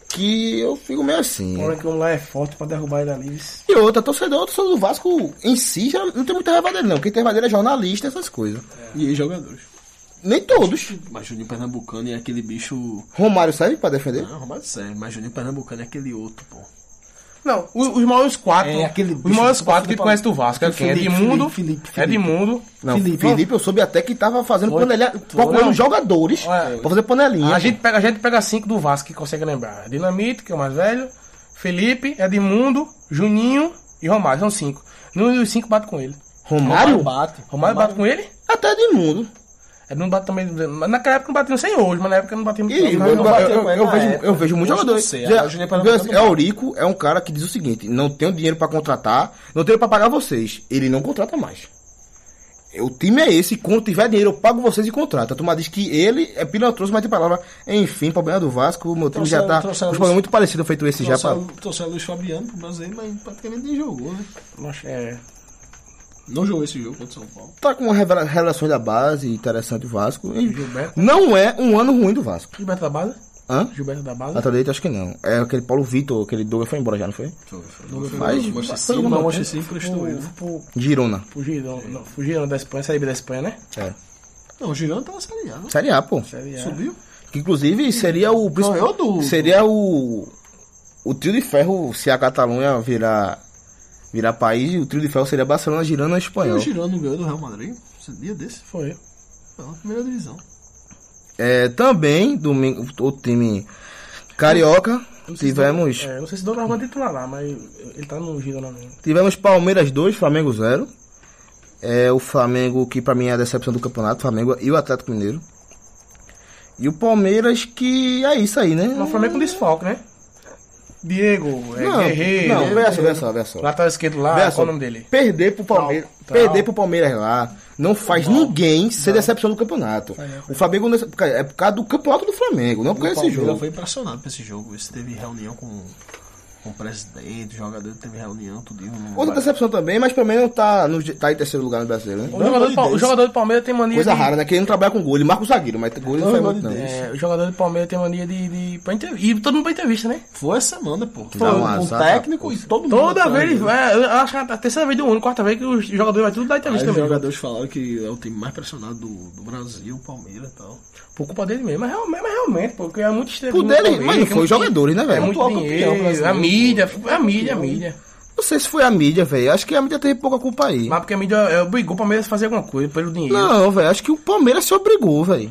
S1: Que eu fico meio assim.
S3: Olha que o lá é forte pra derrubar ele ali. vice.
S1: E outra, torcedor, torcedor do Vasco em si já não tem muita raiva dele, não. Quem tem raiva dele é jornalista, essas coisas.
S2: É. E aí, jogadores.
S1: Nem todos.
S2: Mas Juninho Pernambucano é aquele bicho.
S1: Romário serve pra defender?
S2: Não, mas sério, mas Juninho Pernambucano é aquele outro, pô.
S3: Não, o- os, maiores quatro.
S2: É, aquele
S3: os
S2: bicho
S3: maiores
S2: que
S3: quatro que
S2: Felipe-
S3: conhecem do Vasco. É quem?
S2: Felipe,
S3: Edmundo.
S2: Felipe, Felipe, Felipe.
S3: Edmundo.
S1: Não, Felipe,
S2: Felipe.
S1: eu soube até que tava fazendo
S2: Foi.
S1: panelinha, procurando
S3: Não.
S1: jogadores
S3: Olha,
S1: pra fazer panelinha.
S3: A gente, pega, a gente pega cinco do Vasco que consegue lembrar. Dinamite, que é o mais velho. Felipe, Edmundo, Juninho e Romário. São cinco. Nenhum dos cinco bate com ele.
S1: Romário?
S2: bate.
S3: Romário bate com ele?
S1: Até de mundo.
S3: Ele não bate também. mas Naquela época não batia, não sei hoje, mas na época não batia muito.
S1: E
S3: não,
S1: eu,
S3: não
S1: eu-
S3: batia. né?
S1: eu-
S2: com ele
S1: eu
S2: na
S1: vejo,
S2: época.
S1: eu vejo muitos
S2: Hoje não
S1: jogadores.
S2: sei,
S1: Já-
S2: agora o Juninho Pernambucano
S1: Ganso- é o Rico é um cara que diz o seguinte: não tenho dinheiro pra contratar, não tenho pra pagar vocês. Ele não contrata mais. O time é esse, quando tiver dinheiro, eu pago vocês e contrato. A turma diz que ele é pilantroso, mas tem palavra. Enfim, problema do Vasco, o meu time já
S2: Trouxeram-
S1: tá. Os
S2: trouxeram-
S1: problemas muito parecidos feito esse já. Pra...
S2: Trouxeram o Luiz Fabiano pro Brasileiro, mas praticamente nem jogou, né?
S3: Nossa, é.
S2: Não jogou esse jogo contra o São Paulo.
S1: Tá com uma revela- revelações da base interessante o Vasco. E
S3: Gilberto.
S1: não é um ano ruim do Vasco.
S3: Gilberto da Base?
S1: Hã?
S3: Gilberto da Base?
S1: Até direito, acho que não. É aquele Paulo Vitor, aquele Douglas foi embora já, não foi?
S2: Foi, foi. Não foi.
S1: Mas-
S2: Manchester
S1: mas-
S2: City,
S1: mas-
S2: mas
S3: Pro-
S2: Manchester City né? emprestou ele.
S3: pro- pro-
S1: Girona.
S3: pro Girão, não, pro Girão da Espanha, Série B da Espanha, né?
S1: É.
S2: Não, o Girona tá na Série A, né?
S1: Série A, pô.
S3: Série A.
S2: Subiu.
S1: Que inclusive seria o principal.
S2: eu do-
S1: Seria o. O trio de ferro, se a Catalunha virar. Virar país, o trio de ferro seria Barcelona, Girona e
S2: E
S1: Espanhol.
S2: o Girona não ganhou do Real Madrid? Esse dia desse?
S3: Foi.
S2: Foi na primeira divisão.
S1: É, também, domingo, o time carioca, tivemos.
S3: É, não sei se o Douglas vai titular lá, mas ele tá no Girona mesmo.
S1: Tivemos Palmeiras 2, Flamengo 0. É o Flamengo que pra mim é a decepção do campeonato, Flamengo e o Atlético Mineiro. E o Palmeiras que é isso aí, né?
S3: Mas o Flamengo com desfalque, né? Diego, é
S1: Não,
S3: Guerreiro.
S1: não, vê só, vê só, vê só.
S3: Lateral esquerdo lá,
S1: Vê
S3: qual é
S1: só,
S3: o nome dele?
S1: Perder pro Palmeiras,
S3: Tal, tal.
S1: perder pro Palmeiras lá, não faz ninguém ser decepção do campeonato.
S3: né?
S1: O Flamengo nesse- é por causa do campeonato do Flamengo, não por
S2: O
S1: causa desse
S2: Palmeiras
S1: jogo.
S2: foi impressionado por esse jogo. Esse teve reunião com, com o presidente, o jogador teve reunião, tudo.
S1: Outra decepção também, mas pelo menos tá, no, tá em terceiro lugar no Brasil, né?
S3: O jogador, do, Pa-
S2: Deus.
S3: o jogador do Palmeiras tem mania
S1: Coisa
S3: de.
S1: rara, né? Que ele não trabalha com gol, ele marca o zagueiro, mas gol ele não faz
S2: Pelo
S1: muito,
S2: amor de
S1: não.
S2: Deus.
S3: É, o jogador do Palmeiras tem mania de. de pra entrevista. E todo mundo pra entrevista, né?
S2: Foi essa semana, pô. Foi
S1: um
S2: um
S1: azar,
S2: técnico e todo mundo.
S1: tá
S3: Toda
S2: atrás
S3: vez,
S2: dele.
S3: é, eu acho que é a terceira vez do ano, quarta vez que os jogadores vai tudo dar
S2: Aí
S3: entrevista
S2: os
S3: também.
S2: jogadores falaram que é o time mais pressionado do, do Brasil, Palmeiras e tal.
S3: Por culpa dele mesmo, mas realmente, mas realmente pô, porque é muito estranho.
S1: Por dele, mas não foi os jogadores, né,
S3: É
S1: velho?
S3: muito
S2: Atual campeão
S3: dinheiro, a
S2: brasileiro,
S3: mídia, é a mídia, a mídia.
S1: Não sei se foi a mídia, velho. Acho que a mídia teve pouca culpa aí.
S3: Mas porque a mídia é, obrigou o Palmeiras a fazer alguma coisa pelo dinheiro.
S1: Não, velho. Acho que o Palmeiras se obrigou, velho.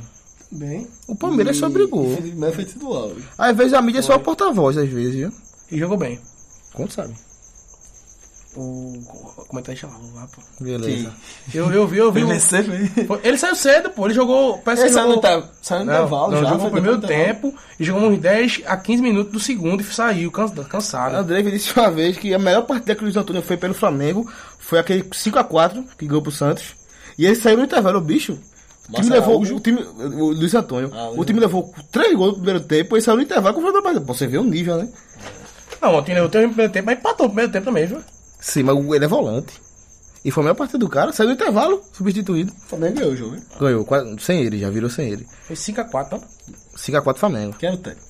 S3: Bem.
S1: O Palmeiras se obrigou.
S2: Felipe Melo foi titular. hoje.
S1: Às vezes a mídia é só o porta-voz, às vezes, viu?
S3: E jogou bem.
S1: Quanto sabe?
S3: O. Como é que tá chamado lá, pô?
S1: Beleza.
S3: Eu, eu vi, eu vi. o-
S2: foi.
S3: Pô, Ele saiu cedo, pô. Ele jogou. Parece que
S2: Esse ano
S3: jogou...
S2: tá saindo
S3: Não,
S2: intervalo
S3: não,
S2: já.
S3: jogou
S2: foi
S3: o primeiro
S2: depois do intervalo.
S3: tempo e jogou uns 10 a 15 minutos do segundo e saiu cansa-
S1: A
S3: cansado.
S1: André disse uma vez que a melhor partida que o Luiz Antônio fez pelo Flamengo foi aquele 5x4 que ganhou pro Santos. E ele saiu no intervalo, o bicho. O time
S2: Márcio
S1: levou.
S2: Araújo.
S1: O, time, o Luiz Antônio.
S2: Ah, Luiz
S1: o time levou três gols no primeiro tempo e saiu no intervalo com o Flamengo. Você vê o nível, né?
S3: Não, ontem né, eu teve o primeiro tempo, mas empatou o primeiro tempo também, viu?
S1: Sim, mas ele é volante. E foi a melhor partida do cara, saiu no intervalo, substituído.
S2: O Flamengo ganhou o jogo, hein?
S1: Ganhou, quase- sem ele, já virou sem ele.
S3: Foi 5x4, não?
S1: 5x4 Flamengo.
S2: Quem era o técnico?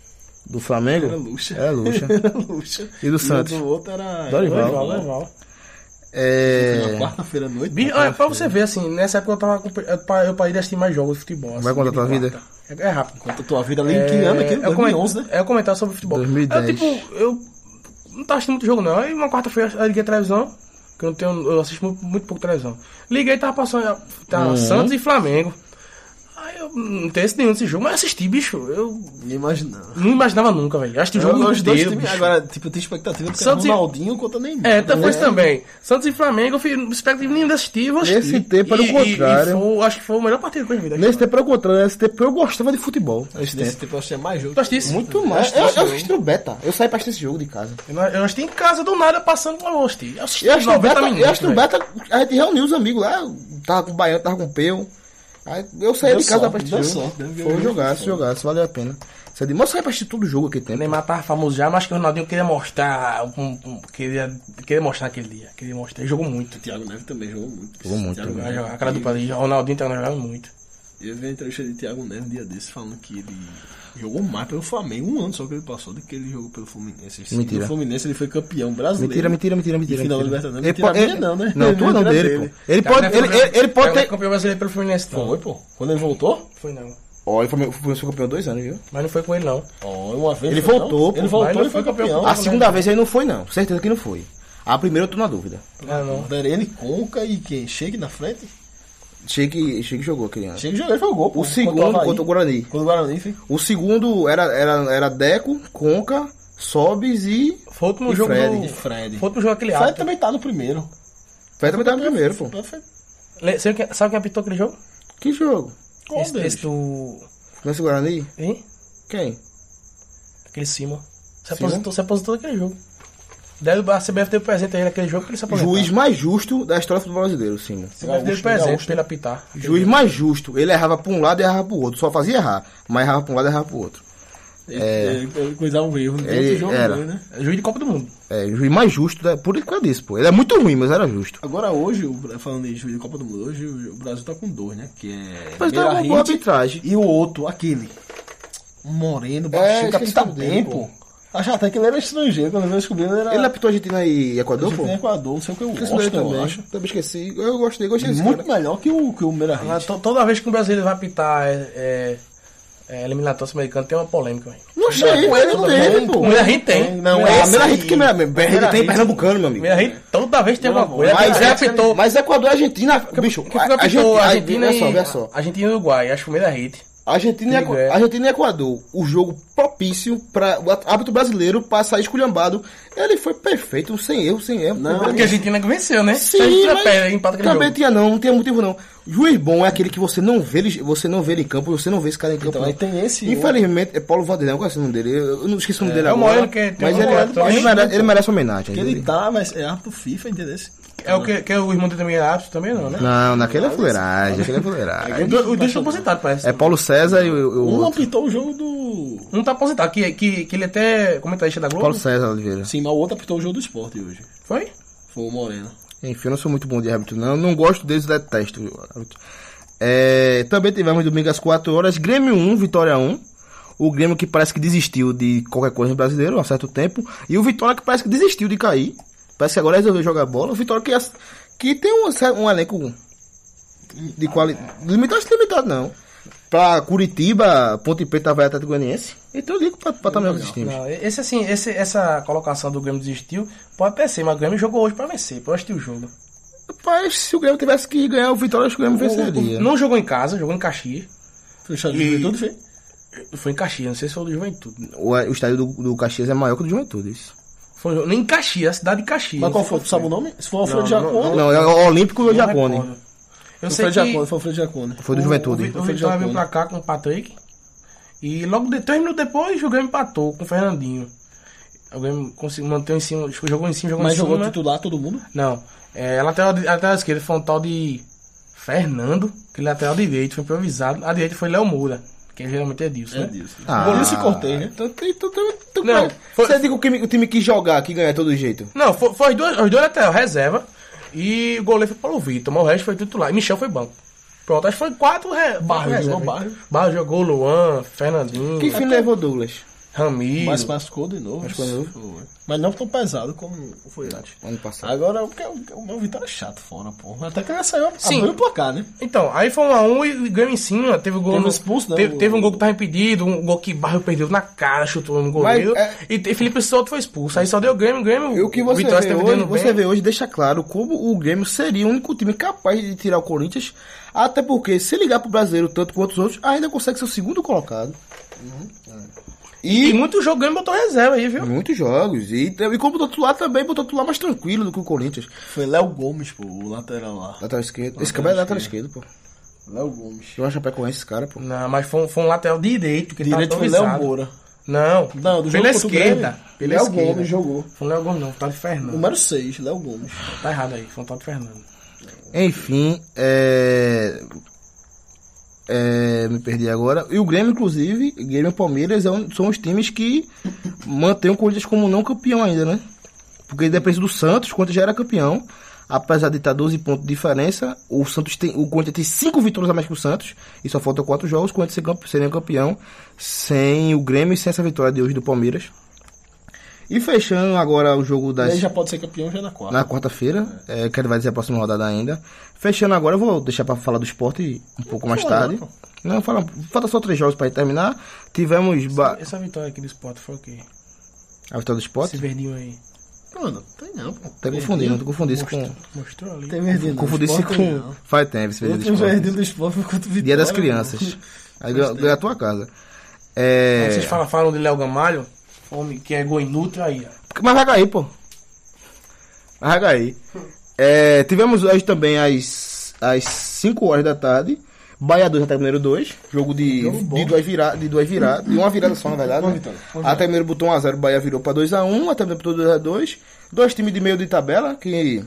S1: Do Flamengo?
S2: Era Lucha.
S1: É Lucha.
S2: Era Lucha.
S1: E do Santos?
S2: E o do outro era.
S1: Dorival.
S3: Dorival, Dorival.
S1: É.
S2: Na quarta-feira à noite.
S3: Bicho, olha, pra você ver, assim, nessa época eu tava com- eu pa- eu parei de assistir mais jogos de futebol.
S1: Vai
S3: assim,
S1: contar tua
S3: de
S1: vida?
S3: quarta. É, é rápido.
S2: Conta a tua vida ali em que ano aqui?
S3: eu
S2: 2011, né?
S3: coment- É eu comentar sobre futebol.
S1: 2010.
S3: Eu, tipo, eu não tava assistindo muito jogo, não. Aí uma quarta-feira eu liguei a televisão, que eu não tenho. Eu assisto muito, muito pouco televisão. Liguei e tava passando tava
S1: Uhum.
S3: Santos e Flamengo. Aí eu não tenho esse nenhum desse jogo, mas eu assisti, bicho. Eu
S2: Nem imaginava.
S3: não imaginava nunca, velho. Eu assisti o jogo
S2: Eu- os dois
S3: inteiro,
S2: times-
S3: bicho.
S2: Agora, tipo, eu tenho expectativa porque
S3: Santos e-
S2: Ronaldinho contra Neymar.
S3: É, então
S2: né?
S3: foi isso também. Santos e Flamengo, eu fiz não expectativa nenhuma de assistir, eu vou assistir.
S1: Nesse tempo era o
S3: E- e-
S1: contrário.
S3: E, foi- acho que foi o melhor partido que É. eu vi da
S1: Nesse tempo eu contrário, nesse tempo eu gostava de futebol.
S2: Acho que Nesse tempo eu achei mais jogo.
S3: Tu assistisse?
S1: Muito mais. É, Eu, eu assisti o beta. Eu saí pra assistir esse jogo de casa.
S3: Eu, não- eu assisti em casa do nada passando com o assisti. Eu assisti
S1: Eu assisti o
S3: 90
S1: beta, eu assisti o
S3: velho.
S1: beta, a gente reuniu os amigos lá. Tava com o Baiano, tava com o Peu. Aí eu saí
S2: Deu
S1: de casa
S2: sorte,
S1: pra assistir
S2: deu
S1: o jogo.
S2: sorte, né?
S1: Foi jogar, se jogar, se valeu a pena. Você disse, mas eu saí pra assistir todo jogo aqui
S3: O
S1: tem.
S3: Neymar tava famoso já, mas que o Ronaldinho queria mostrar. um- um- queria, queria mostrar naquele dia. Queria mostrar. Ele jogou muito.
S2: O Thiago Neves também jogou muito.
S1: Jogou muito,
S2: Thiago
S1: né?
S3: Vai
S2: Neves.
S3: jogar. A cara do Padre. O Ronaldinho tava jogando muito.
S2: Eu vi a entrevista de Thiago Neves um dia desse falando que ele jogou mais pelo Flamengo, um ano só que ele passou do que ele jogou pelo Fluminense. Esse-
S1: Mentira.
S2: No Fluminense ele foi campeão brasileiro.
S1: Mentira, mentira, mentira, mentira.
S2: final da
S1: mentira.
S2: Libertadores,
S1: Ele
S2: mentira
S1: pode-
S2: minha
S1: ele-
S2: não, né?
S1: Não, tua não,
S2: Mentira
S1: dele,
S2: dele.
S1: pô. Ele pode,
S3: Cara, é-
S1: ele, ele, ele pode
S3: Cara,
S1: ter.
S3: campeão brasileiro pelo Fluminense. não.
S2: Foi, pô. Quando ele voltou?
S3: Foi não.
S1: Ó, ele foi, foi, foi campeão dois anos, viu?
S3: Mas não foi com ele, não.
S2: Ó, uma vez.
S1: Ele
S2: foi, não?
S1: voltou, pô.
S2: Ele
S3: Mas
S2: voltou
S3: ele
S2: e foi
S3: foi campeão.
S2: campeão.
S1: A segunda vez aí não foi, não. Certeza que não foi. A primeira eu tô na dúvida.
S3: Ah, não.
S2: Darene, Conca e quem? Chegue na frente?
S1: Chique, Chique jogou aquele ano.
S2: Chegue jogou, ele foi o gol, pô.
S1: O segundo
S2: Havaí.
S1: contra o Guarani.
S2: Contra o Guarani, foi.
S1: O segundo era, era, era Deco, Conca, Sobis e.
S3: Foi o último
S1: E
S3: jogo.
S1: Fred,
S3: do-
S2: e Fred.
S3: Foi o último jogo aquele
S2: Fred
S3: árbitro.
S2: também tá no primeiro.
S1: Fred também tava no primeiro, pô.
S2: Foi
S3: Le- Sabe quem, sabe quem apitou aquele jogo?
S1: Que jogo?
S2: qual
S3: esse,
S2: deles?
S3: esse do.
S1: Nesse Guarani?
S3: Hein?
S1: Quem?
S3: Aquele cima. Se
S1: Cima?
S3: aposentou, se aposentou daquele jogo. Deve, a CBF teve presente aí naquele jogo que ele se aposentou.
S1: Juiz mais justo da história do futebol brasileiro, sim.
S3: A CBF teve
S2: Gaúcho,
S3: presente
S2: Gaúcho.
S3: pra ele apitar.
S1: Juiz mais justo. Ele errava pra um lado e errava pro outro. Só fazia errar. Mas errava pra um lado e errava pro outro.
S2: É. Ele coisava um erro.
S1: Ele
S2: Ele jogo,
S1: era.
S2: era. né?
S3: Juiz de Copa do Mundo.
S1: É, juiz mais justo. Da... Por isso que eu disse, pô. Ele é muito ruim, mas era justo.
S2: Agora hoje, o Bra- falando em juiz da Copa do Mundo, hoje o Brasil tá com dois, né? Que é
S1: Mas tá uma boa
S2: Beira-Rit
S1: arbitragem.
S2: e o outro, aquele. Moreno, baixinho,
S1: esqueci
S2: que apita
S1: o nome dele,
S2: bem, pô. Achava até que ele era estrangeiro, quando eu descobri ele era
S1: Ele apitou Argentina e Equador, pô?
S2: argentino, Equador, não sei o que, o
S1: Esqueci dele
S2: Washington, eu
S1: também.
S2: acho.
S1: Também esqueci. Eu gostei, gostei desse
S2: Muito
S1: cara.
S2: melhor que o, que o Meira Hit.
S3: Mas to- toda vez que um brasileiro vai apitar é, é, é, eliminatória sul-americana, tem uma polêmica, velho.
S1: Não achei, ele não teve, pô.
S3: O Meirahit tem.
S2: Não,
S1: Não,
S2: é
S1: é a
S2: esse
S1: melhor
S2: aí.
S1: hit que melhor. Berrida tem pernambucano, meu amigo.
S3: Meirahit toda vez tem alguma coisa.
S1: Mas,
S3: Ele
S1: é,
S3: apitou.
S1: mas Equador e Argentina, bicho.
S3: Quem foi que
S1: a-
S3: apitou?
S1: a-
S3: Argentina
S1: olha só,
S3: e...
S1: olha só.
S3: Argentina e Uruguai. Acho que o é Meirahit.
S1: Argentina e, Equ-
S3: Miguel.
S1: Argentina e Equador, o jogo propício para o hábito brasileiro para sair esculhambado. Ele foi perfeito, sem erro, sem erro.
S2: Não,
S1: Foi
S3: Porque a Argentina que venceu, né?
S1: Sim, mas
S3: pé, empata aquele
S1: também
S3: jogo.
S1: tinha não, não tinha motivo não. Juiz bom é aquele que você não vê ele, você não vê ele em campo, você não vê esse cara em campo. né?
S2: Então,
S1: não.
S2: aí tem esse
S1: Infelizmente, é Paulo Vanderlei, eu gosto do nome dele, eu eu não esqueci o nome dele
S3: é o
S1: agora.
S3: maior que tem
S1: mas
S3: um
S1: ele,
S3: contrato,
S1: ele,
S3: hein?
S1: merece, ele merece homenagem.
S2: Que
S1: entendeu?
S2: ele tá, mas é apto FIFA, entendeu?
S3: É o que, que o irmão dele também era árbitro também, não, né?
S1: Não, naquele é fuleiragem, aquele é fuleiragem.
S3: Os dois- Os dois estão aposentados, parece.
S1: É Paulo César e o, e o
S2: Um
S1: outro.
S2: apitou o jogo do.
S3: Um tá aposentado, que, que, que ele até é comentarista da Globo.
S1: Paulo César Oliveira.
S2: Sim, mas o outro apitou o jogo do esporte hoje.
S3: Foi?
S2: Foi o Moreno.
S1: Enfim, eu não sou muito bom de árbitro, não. Eu Não gosto deles, detesto. viu, árbitro. É, também tivemos domingo às 4 horas, Grêmio 1, Vitória 1. O Grêmio que parece que desistiu de qualquer coisa no brasileiro há um certo tempo. E o Vitória que parece que desistiu de cair. Parece que agora resolveu jogar bola. O Vitória que, as- que tem um, cer- um elenco de qualidade. Limitado, acho que limitado não. Pra Curitiba, Ponte Preta, Havaí, Atlético Goianiesse. Então eu ligo pra estar melhor que esses times.
S3: Não, esse assim, esse, essa colocação do Grêmio desistiu, pode até ser, mas o Grêmio jogou hoje pra vencer, pra eu assistir o jogo.
S1: Rapaz, se o Grêmio tivesse que ganhar o Vitória, acho que o Grêmio venceria.
S3: Não jogou em casa, jogou em Caxias.
S2: Fechado o jogo tudo, foi?
S3: Foi em Caxias, não sei se foi do Juventude.
S1: O, o estádio do, do Caxias é maior que o do Juventude, isso.
S3: Foi um- nem em Caxias, a cidade de Caxias.
S2: Mas qual foi? Tu sabe o nome? Se foi o Alfredo
S3: Não, não,
S2: Jacone.
S1: Não, é né? o Olímpico do
S3: Não
S1: Jacone.
S3: recordo.
S2: Foi
S3: Eu
S2: o
S3: sei que
S2: Alfredo Jacone, foi o Alfredo Jacone.
S1: Foi do
S3: o-
S1: Juventude.
S3: O, o,
S2: Foi o
S3: Vitória
S2: Jacone.
S3: veio pra cá com o Patrick. E logo de, três minutos depois, o Grêmio empatou com o Fernandinho. O Grêmio conseguiu manter em cima, jogou em cima, jogou
S2: Mas
S3: em cima.
S2: jogou titular todo mundo?
S3: Não. É, a lateral, a lateral esquerda foi um tal de Fernando, que lateral direito foi improvisado. A direita foi Léo Moura, que geralmente é Dilson, né?
S1: Ah.
S2: Goleiro se cortei, né?
S1: Então, tem- então, tem- então,
S3: Não,
S1: cara,
S3: foi-
S1: Você diz que o time, o time que jogar, que ganha é todo jeito.
S3: Não, foi, foi os dois, os dois lateral, reserva. E o goleiro foi Paulo Vitor, mas o resto foi titular. E Michel foi banco. Pronto, acho que foi quatro re...
S2: Barros
S3: reserva.
S2: jogou, Barros.
S3: Barros jogou Luan, Fernandinho,
S1: É Que fim levou Douglas?
S3: Ramiro.
S2: Mas machucou de novo.
S1: Machucou de
S2: Foi. Mas não tão pesado como foi antes.
S1: Ano passado.
S2: Agora, o, que- o meu Vitória é chato fora, porra. Até que ele saiu,
S3: Sim.
S2: abriu o placar, né?
S3: Então, aí foi 1x1 um e ganhou em cima. Teve o gol.
S2: Teve
S3: no-
S2: expulso, né?
S3: Teve,
S2: O-
S3: teve um gol que tava impedido, um gol que Barro perdeu na cara, chutou no goleiro.
S1: Mas, é-
S3: E te- Felipe Souto foi expulso. Aí só deu o Grêmio, o Grêmio.
S1: E Ah, o que você,
S3: Vitória se
S1: vê, hoje,
S3: defendendo
S1: você
S3: bem.
S1: vê hoje deixa claro como o Grêmio seria o único time capaz de tirar o Corinthians. Até porque, se ligar pro brasileiro tanto quanto os outros, ainda consegue ser o segundo colocado.
S3: E
S1: E
S3: muito jogo o Grêmio botou reserva aí, viu?
S1: muitos jogos. E, e como botou titular também, botou titular mais tranquilo do que o Corinthians.
S2: Foi Léo Gomes, pô, o lateral lá.
S1: Lateral esquerdo. Esse cara é lateral esquerdo, pô.
S2: Léo Gomes.
S1: Eu acho Chapecoense esse cara, pô.
S3: Não, mas foi, um- foi um lateral direito que
S2: Direito
S3: tava
S2: foi Léo
S3: improvisado.
S2: Moura.
S3: Não,
S2: tá Não, do jogo
S3: pela
S2: contra o
S3: esquerda.
S2: Grêmio,
S3: Pela
S2: Léo
S3: esquerda.
S2: Gomes jogou.
S3: Foi o Léo Gomes, não, foi o tal de Fernando.
S2: Número 6, Léo Gomes.
S3: Tá errado aí, foi um tal de Fernando.
S1: Enfim, é... é, Me perdi agora. E o Grêmio, inclusive, Grêmio e Palmeiras é um- são os times que mantêm o Corinthians como não campeão ainda, né? Porque depende do Santos, o Corinthians já era campeão. Apesar de estar 12 pontos de diferença, o Santos tem, o Corinthians tem 5 vitórias a mais que o Santos e só faltam 4 jogos. O Corinthians ser campe- seria campeão sem o Grêmio e sem essa vitória de hoje do Palmeiras. E fechando agora o jogo das
S2: Ele já pode ser campeão já é na quarta.
S1: na quarta-feira, é, que ele vai dizer a próxima rodada ainda. Fechando agora, eu vou deixar pra falar do esporte um pouco mais
S2: falar,
S1: tarde.
S2: pô.
S1: Não, fala, falta só três jogos pra terminar. Tivemos ba-
S3: Essa vitória aqui do Sport foi o quê?
S1: a vitória do
S3: Esse
S1: esporte.
S3: verdinho aí.
S2: Mano, tem não, pô. Tá
S1: Até confundi, não confundi isso com.
S3: Mostrou ali.
S2: Tem verdinho.
S1: Confundi isso com. Faz tempo, esse vídeo do
S2: é Outro
S1: esporte.
S2: verdinho do esporte foi contra o Vitória. né?
S1: Dia das
S2: mano.
S1: crianças. Aí ganhou ganhou a tua casa. É,
S3: Vocês falam, falam de Léo Gamalho, homem que é gol inútil aí, ó.
S1: Mas vai cair, pô. Vai cair. É, tivemos hoje também às, às 5 horas da tarde. Bahia 2 até Mineiro 2. Jogo de, de duas viradas. De duas viradas. De uma virada só, na verdade. Né? Até Mineiro botou 1x0, Bahia virou pra 2x1, até Mineiro botou 2x2. Dois times de meio de tabela que.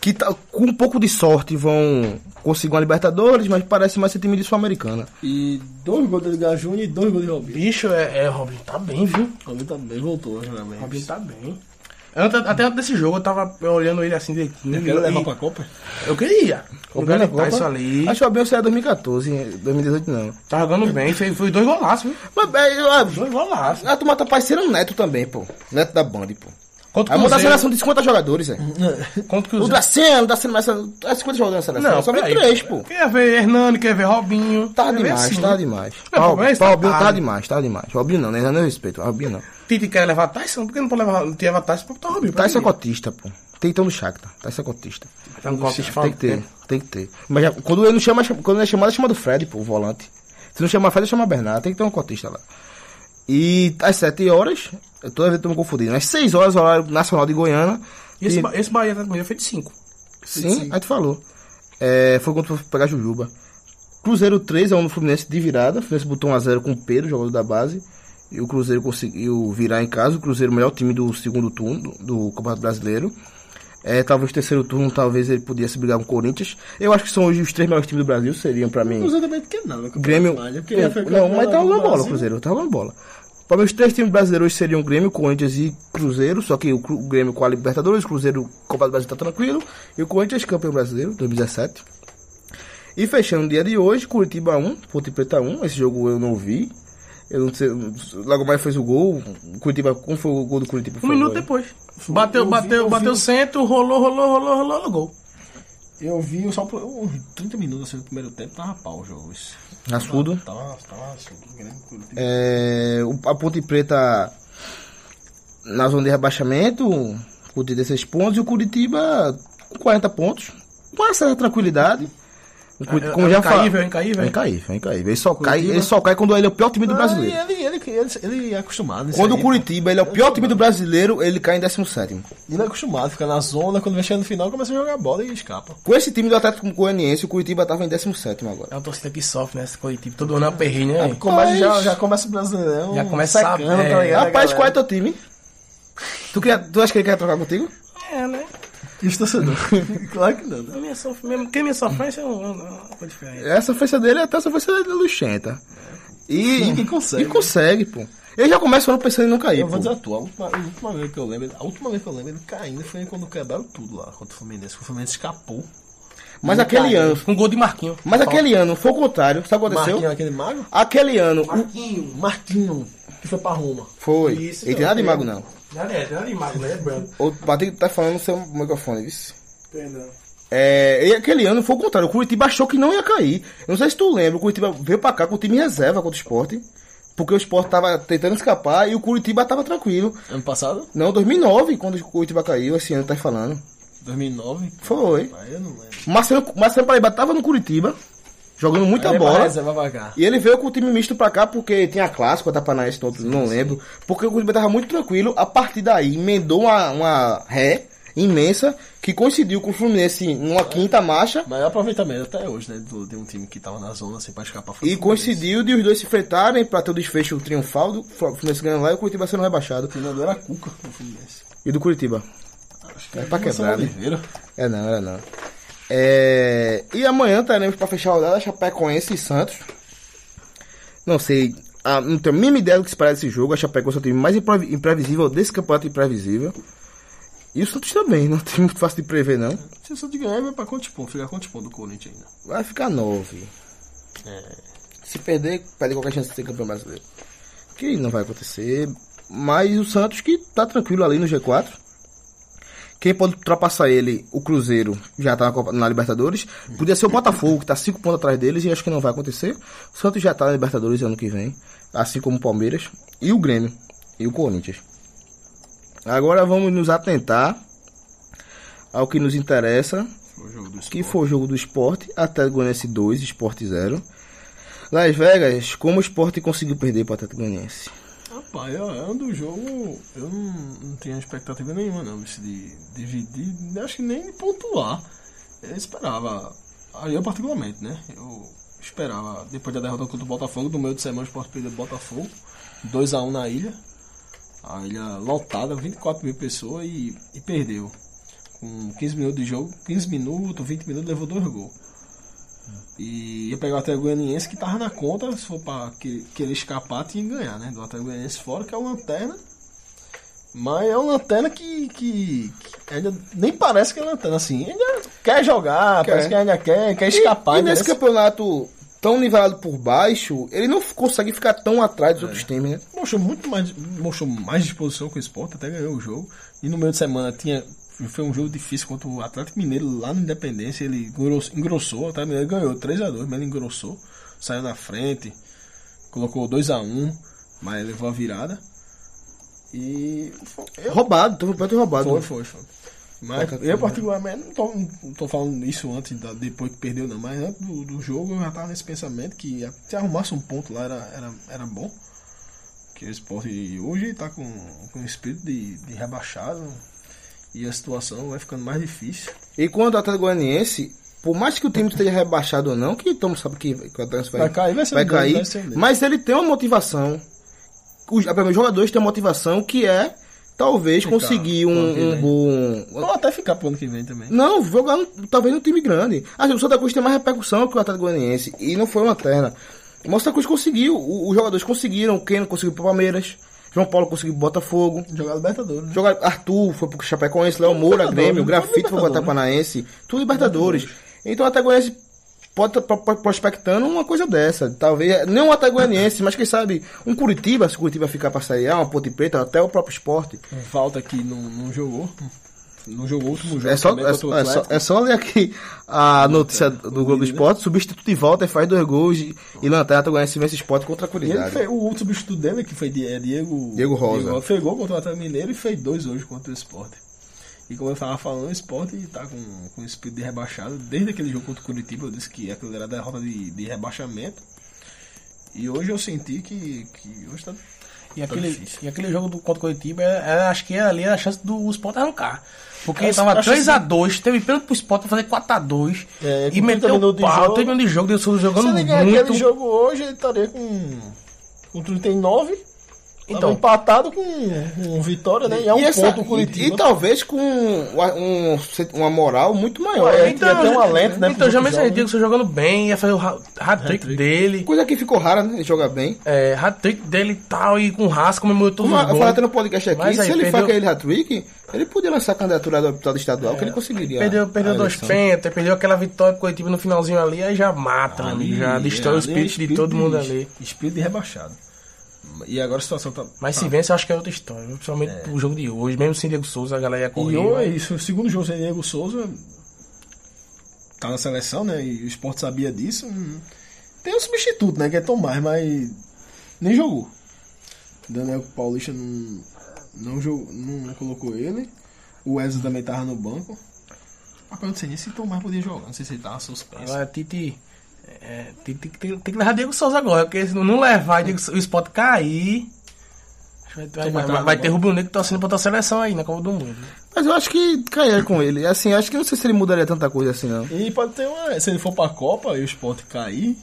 S1: Que tá- com um pouco de sorte vão conseguir uma Libertadores, mas parece mais ser time de Sul-Americana.
S2: E dois gols do Edgar Júnior e dois gols de Robinho.
S3: Bicho, é, é, Robin tá bem, viu?
S2: Robinho também voltou, né, velho?
S3: Robin tá bem. Antes- até antes desse jogo eu tava olhando ele assim direitinho.
S2: Eu quero
S3: e-
S2: levar pra Copa?
S3: Eu queria.
S1: O
S3: Garitar isso ali.
S1: Acho que o Abel saiu em 2014, em 2018 não.
S3: Tá jogando bem, foi, foi dois golaços, viu?
S1: Mas, é, eu-
S3: Dois golaços.
S1: A turma tá parecendo neto também, pô. Neto da Band, pô.
S3: Contra
S1: Aí
S3: o
S1: mudar a
S3: Cruzeiro.
S1: seleção de 50 jogadores, é.
S3: Contra o
S1: O
S3: Cruzeiro.
S1: Draceno, o Draceno, mas é 50 jogadores na seleção. só vem
S3: peraí.
S1: 3, pô.
S3: Quer ver Hernani, quer ver Robinho.
S1: Tá
S3: quer ver
S1: demais,
S3: assim.
S1: tá demais.
S3: Não,
S1: Ó,
S3: mas
S1: pra
S3: tá
S1: Robinho tá
S3: tarde.
S1: demais, tá demais. Robinho não, né? Não respeito. Robinho não. Tá
S3: Tite quer levar Tyson, por que não pode levar, não tinha levar Tyson pra botar Robinho? pra
S1: Tyson é
S3: mim?
S1: cotista, pô. Tem então do Shakhtar. Tyson é cotista.
S3: Tá no copo,
S1: Tem que ter, tem que ter. Mas já- quando ele não chama, quando ele é chamado, chama do Fred, pô, o volante. Se não chamar Fred, chama Bernardo. Tem que ter um cotista lá. E às 7 horas, eu toda vez tô me confundindo, às 6 horas, horário nacional de Goiânia.
S3: E esse, Ba- esse Bahia Atlético Mineiro foi de 5.
S1: Sim, aí tu falou. É, foi quando foi pegar Jujuba. Cruzeiro 3 a 1 no Fluminense de virada. O Fluminense botou 1x0 com o Pedro, jogador da base. E o Cruzeiro conseguiu virar em casa. O Cruzeiro, o melhor time do segundo turno do, do Campeonato Brasileiro. É, talvez terceiro turno, talvez ele pudesse brigar com o Corinthians. Eu acho que são hoje os três melhores times do Brasil, seriam pra mim.
S2: Cruzeiro também que não, né? Que
S1: Grêmio.
S2: Malha, porque ele foi
S1: Não,
S2: campeão
S1: mas
S2: da
S1: tá rolando
S2: Copa do
S1: bola, o
S2: Brasil.
S1: Cruzeiro. Tá rolando bola. Para meus três times brasileiros seriam Grêmio, Corinthians e Cruzeiro, só que o Cru- o Grêmio com a Libertadores, o Cruzeiro Copa do Brasil tá tranquilo, e o Corinthians campeão brasileiro, 2017. E fechando o dia de hoje, Curitiba 1, Ponte Preta 1, esse jogo eu não vi. Eu não sei, logo mais fez o gol, o Curitiba, como foi o gol do Curitiba?
S3: Um
S1: Foi o
S3: minuto
S1: gol, hein?
S3: depois. Bateu,
S2: Eu vi,
S3: bateu,
S2: eu
S3: bateu
S2: vi.
S3: centro, rolou, rolou, rolou, rolou, rolou, gol.
S2: Eu vi só por uns 30 minutos assim, no primeiro tempo, tava pau o jogo. Isso.
S1: Rascudo.
S2: Tava, tava, assim, o Grêmio, Curitiba.
S1: É, o- a Ponte Preta na zona de rebaixamento, com 16 pontos, e o Curitiba com 40 pontos, com uma certa tranquilidade. O Curit-
S3: É- é
S1: como já falei.
S3: incaível, é incaível,
S1: é
S3: é
S1: incaível, é incaível. Ele só, cai,
S2: Curitiba-
S1: ele só cai quando ele é o pior time do brasileiro.
S2: Ah, Ele, ele, ele, ele é acostumado. nisso
S1: Quando
S2: aí,
S1: o Curitiba ele é o pior time do brasileiro, ele cai em 17.
S2: pô. Ele é acostumado, fica na zona, quando vai chegando no final, começa a jogar bola e escapa.
S1: Com esse time do Atlético Goianiense, o Curitiba estava em 17 agora.
S3: É uma torcida que sofre, né? Esse coletivo. Todo ano é um perrengue,
S2: Aí
S3: né?
S2: começa, já, já começa o brasileirão.
S3: Já começa a
S2: sacando,
S3: saber.
S2: tá ligado?
S1: Rapaz,
S2: galera?
S1: qual é teu time? Tu, queria, tu acha que ele quer trocar contigo?
S3: É, né?
S2: E os torcedores? claro que não, né?
S3: A minha sofr... mesmo- Quem minha sofrência é um- uma coisa diferente.
S1: Essa ofensa dele é até essa ofensa dele é Luxenta. E,
S2: Sim, quem consegue, né?
S1: E consegue, pô. Ele já começa o ano pensando em não cair.
S2: Eu vou
S1: pô.
S2: dizer a tua, a última, a última vez que eu lembro, a última vez que eu lembro ele caindo foi quando quebraram tudo lá contra o Fluminense, que o Fluminense escapou.
S1: Mas
S2: Não
S1: aquele
S2: caiu.
S1: ano.
S3: É, Com gol de Marquinho.
S1: Mas aquele ano foi o contrário. Sabe o que aconteceu?
S2: Marquinho, aquele mago?
S1: Aquele ano. o-
S2: Marquinho, Marquinho, que foi pra Roma.
S1: Foi.
S3: Isso,
S1: ele tem
S3: meu
S1: nada de
S3: filho.
S1: mago, não.
S3: Nada é, nada de mago, né, Bruno?
S1: O Patrick tá falando no seu microfone, viu?
S3: Perdão.
S1: É, e aquele ano foi o contrário. O Curitiba achou que não ia cair. Eu não sei se tu lembra, o Curitiba veio pra cá com o time reserva contra o Sport. Porque o Sport tava tentando escapar e o Curitiba tava tranquilo.
S2: Ano passado?
S1: Não, 2009, quando o Curitiba caiu, esse ano tá falando.
S2: 2009?
S1: Foi.
S2: Aí eu não lembro.
S1: Marcelo, Marcelo Paraíba tava no Curitiba, jogando muita
S2: Aí ele vai
S1: bola.
S2: reserva pra cá.
S1: E ele veio com o time misto pra cá porque tinha clássico, da Paranaense, não, não lembro. Porque o Curitiba tava muito tranquilo. A partir daí, emendou uma, uma ré imensa que coincidiu com o Fluminense
S2: É.
S1: numa quinta marcha.
S2: Maior aproveitamento até hoje, né? do- de um time que tava na zona assim pra escapar. foi o
S1: E
S2: Fluminense.
S1: coincidiu de os dois se enfrentarem pra ter o desfecho triunfal do Fl- Fluminense ganhando lá e o Curitiba sendo rebaixado.
S2: O treinador era Cuca do Fluminense.
S1: E do Curitiba.
S2: Acho que era
S1: pra
S2: Wilson
S1: quebrar, né?
S2: Oliveira.
S1: É não, é não. É, E amanhã teremos pra fechar a rodada Chapecoense e Santos. Não sei, ah, não tenho a mínima ideia do que esperar desse jogo. A Chapecoense é o time mais imprevi- imprevisível desse campeonato imprevisível. E o Santos também, não tem muito fácil de prever não.
S2: Se isso de ganhar, vai pra quantos pontos? Ficar quantos pontos do Corinthians ainda?
S1: Vai ficar 9. Se perder, perde qualquer chance de ser campeão brasileiro. Que não vai acontecer. Mas o Santos que tá tranquilo ali no G4. Quem pode ultrapassar ele, o Cruzeiro, já tá na, Copa- na Libertadores. Podia ser o Botafogo, que tá 5 pontos atrás deles, e acho que não vai acontecer. O Santos já tá na Libertadores ano que vem, assim como o Palmeiras, e o Grêmio, e o Corinthians. Agora vamos nos atentar ao que nos interessa,
S2: Foi o jogo do
S1: que
S2: esporte.
S1: foi o jogo do esporte, Atlético Goianiense 2, esporte 0. Las Vegas, como o esporte conseguiu perder para o Atlético Goianiense?
S2: Rapaz, eu, eu do jogo eu não, não tinha expectativa nenhuma não, bicho, de dividir, acho que nem de pontuar. Eu esperava, aí eu particularmente, né? Eu esperava, depois da derrota contra o Botafogo, do meio de semana o Sport perdeu o Botafogo, 2x1 na ilha, a ilha lotada, 24 mil pessoas e, e perdeu. Com 15 minutos de jogo, 15 minutos, 20 minutos, levou dois gols. E ia pegar o Atlético Goianiense que tava na conta, se for pra que- querer escapar, tinha que ganhar, né? Do Atlético Goianiense fora, que é o Lanterna. Mas é um Lanterna que, que, que ainda nem parece que é Lanterna, assim. Ainda quer jogar,
S1: Quer.
S2: parece que ainda quer, quer É escapar.
S1: e, e nesse
S2: parece-
S1: campeonato tão nivelado por baixo, ele não f- consegue ficar tão atrás
S2: É.
S1: dos outros times, né?
S2: mostrou muito mais mostrou mais disposição que o Sport até ganhou o jogo e no meio de semana tinha foi um jogo difícil contra o Atlético Mineiro lá no Independência ele engross- engrossou o Atlético Mineiro ganhou 3 a 2 mas ele engrossou saiu na frente colocou 2 a 1 mas levou a virada e foi,
S1: Roubado, teve um pênalti roubado.
S2: foi, foi, foi. Mas
S1: Qualquer
S2: eu,
S1: coisa.
S2: particularmente, não tô, não tô falando isso antes, da- depois que perdeu, não. Mas antes do, do jogo, eu já tava nesse pensamento que a- se arrumasse um ponto lá era, era, era bom. Que o esporte hoje tá com, com o espírito de, de rebaixado. E a situação vai ficando mais difícil.
S1: E quando o Atlético Goianiense, por mais que o time esteja rebaixado ou não, que todo mundo sabe que, que o Atlético vai,
S2: Vai cair, vai ser um deles,
S1: cair,
S2: vai ser um deles.
S1: mas ele tem uma motivação. Os, ah, pelo menos os jogadores têm uma motivação que é talvez
S2: Ficar
S1: conseguir um,
S2: com alguém,
S1: um
S2: né?
S1: bom.
S2: Ou até ficar pro ano que vem também.
S1: Não, jogar no- talvez num time grande. Ah, o Santa Cruz tem mais repercussão que o Atlético Goianiense. E não foi uma terna. Mas o Santa Cruz conseguiu. o- os jogadores conseguiram. O Keno conseguiu pro Palmeiras. João Paulo conseguiu pro Botafogo.
S2: Jogar Libertadores, né?
S1: Jogar Arthur foi pro Chapecoense, Léo Moura,
S2: Libertadores,
S1: Grêmio,
S2: tudo
S1: Grafite foi pro
S2: Libertadores.
S1: Atapanaense, tudo Libertadores. Então o Atagoense pode estar prospectando uma coisa dessa. Talvez, não o Atagoense, mas quem sabe um Curitiba, se o Curitiba ficar pra Série A, uma Ponte Preta, até o próprio esporte.
S2: Falta que não, não jogou. Não jogou o último jogo.
S1: É só,
S2: também
S1: é,
S2: contra o
S1: só- é só,
S2: Atlético.
S1: é só ler aqui a notícia do Globo Esporte, substituto de volta e faz dois gols e, e lanterna, Atagoense vence esporte contra a
S2: E ele
S1: Curitiba.
S2: fez, o outro substituto dele, que foi Die- é Diego,
S1: Diego Rosa.
S2: fez gol contra o Atlético Mineiro e fez dois hoje contra o Sport. E como eu tava falando, o Sport tá com, com o espírito de rebaixado. Desde aquele jogo contra o Curitiba, eu disse que aquilo era a derrota de, de rebaixamento. E hoje eu senti que, que hoje tá.
S3: E aquele,
S2: difícil.
S3: e aquele jogo do, contra o Coritiba, acho que é ali era a chance do Sport arrancar. Porque
S2: É, Eu
S3: estava
S2: acho assim-
S3: 3x2, teve pênalti pro Sport pra fazer 4x2.
S2: É,
S3: e
S2: com 30
S3: meteu o
S2: minutos de
S3: pau,
S2: jogo.
S3: 30 minutos de jogo, deu jogando muito.
S2: aquele jogo hoje, ele estaria com, com 39.
S3: Então.
S2: empatado com, vitória, né? E é um ponto o Curitiba.
S1: e, e talvez com uma, um- uma moral muito maior.
S2: Ué, Tem até um alento, né,
S3: Então
S2: pros
S3: já me
S2: outros
S3: senti que
S2: jogos.
S3: você jogando bem, ia fazer o ha- hat-trick
S2: Hat-trick.
S3: dele.
S1: Coisa que ficou rara, né? Ele joga bem.
S3: É, hat-trick dele e tal, e com raça, comemorou todos
S1: Como
S3: os
S1: eu falei
S3: gols.
S1: até no podcast aqui,
S3: Mas
S1: se
S3: aí,
S1: ele
S3: perdeu- É,
S1: for aquele hat-trick, ele podia lançar a candidatura do deputado estadual, que ele conseguiria.
S3: Perdeu, perdeu
S1: a
S3: dois
S1: eleição.
S3: pentas, perdeu aquela vitória com o Coritiba no finalzinho ali, aí já mata, meu amigo, Tá já destrói o espírito, de todo mundo ali.
S2: Espírito é de rebaixado. E agora a situação tá.
S3: Mas
S2: tá
S3: se vence, eu acho que é outra história. viu? Principalmente pro jogo de hoje. Mesmo sem Diego Souza, a galera ia
S2: E
S3: correr.
S2: eu, é
S3: mas-
S2: isso, o segundo jogo sem Diego Souza tá na seleção, né? E o Sport sabia disso. Hum. Tem um substituto, né? Que é Tomás, mas nem jogou. Daniel Paulista não, não, jogou, não né? colocou ele. O Wesley também tava no banco. Rapaz, eu não sei nem se Tomás podia jogar. Não sei se ele tava suspenso.
S3: Agora, Tite. é, Tite tem, tem- tem que levar Diego Souza agora, porque se não levar Diego Souza, o Sport cair. acho que Vai, vai,
S2: mais
S3: vai,
S2: nada,
S3: vai ter
S2: não.
S3: Rubro Negro torcendo pra tua seleção aí na Copa do Mundo.
S1: Mas eu acho que caía com ele. Assim, acho que não sei se ele mudaria tanta coisa assim, não.
S2: E pode ter uma. Se ele for pra Copa e o Sport cair,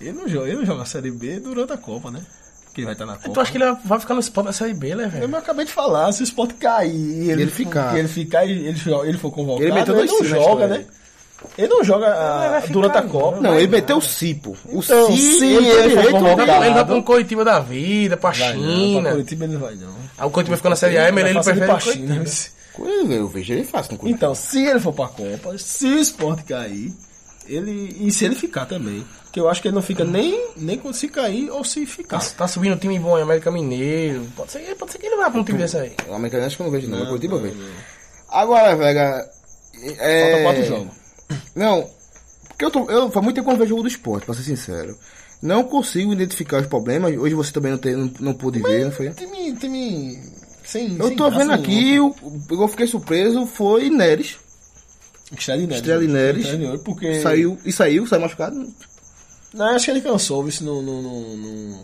S2: ele não joga, ele não joga a Série B durante a Copa, né? Porque ele vai estar na Copa.
S3: Então acho que ele vai ficar no Sport da Série B, né,
S2: Eu
S3: velho?
S2: me acabei de falar, se o Sport cair e ele,
S1: ele ficar.
S2: e ele ficar e ele, jo- ele for convocado,
S1: Ele
S2: ele,
S1: meteu dois
S2: não
S1: sim na
S2: joga,
S1: história.
S2: né? Ele não joga ah,
S3: Ele vai ficar,
S2: durante a
S3: não.
S2: Copa.
S1: Não, ele meteu o cipo. O
S2: Então,
S1: cipo,
S2: se
S1: ele
S2: ele
S1: tem
S2: for
S1: direito
S2: convocado,
S1: de-
S3: Ele vai- ele vai
S2: Obrigado.
S3: pra um Coritiba da vida, pra
S2: Vai não, pra
S3: China.
S2: Curitiba ele não vai não.
S3: Aí o Coritiba ficou na Série A, mas
S2: Vai
S3: ele
S2: fazer
S3: prefere
S2: pra
S3: o Coritiba.
S2: China.
S1: Eu vejo ele fácil no Curitiba.
S2: Então, se ele for pra Copa, se o Sport cair, ele e se ele ficar também, que eu acho que ele não fica nem nem quando se cair ou se
S3: Tá,
S2: ficar.
S3: tá subindo um time bom em América Mineiro. Pode ser, pode ser que ele vá pra um time desse aí.
S2: Então-
S1: O americano acho que eu não vejo, não. mas Curitiba eu vejo. Agora, Vega. É...
S2: Falta quatro jogos.
S1: Não, porque eu, tô, eu faz muito tempo que eu não vejo jogo do esporte, pra ser sincero. Não consigo identificar os problemas. Hoje você também não, tem, não, não pôde ver, não foi?
S2: Time, time sem
S1: Eu
S2: sem
S1: tô
S2: graça
S1: vendo
S2: nenhuma.
S1: aqui, o, o que eu fiquei surpreso foi Neres.
S2: Estrela de Neres.
S1: Estrela de Neres.
S2: Estrela de Neres, porque
S1: Saiu, e saiu, saiu machucado.
S2: Não, acho que ele cansou, viu? se No, no, no, no,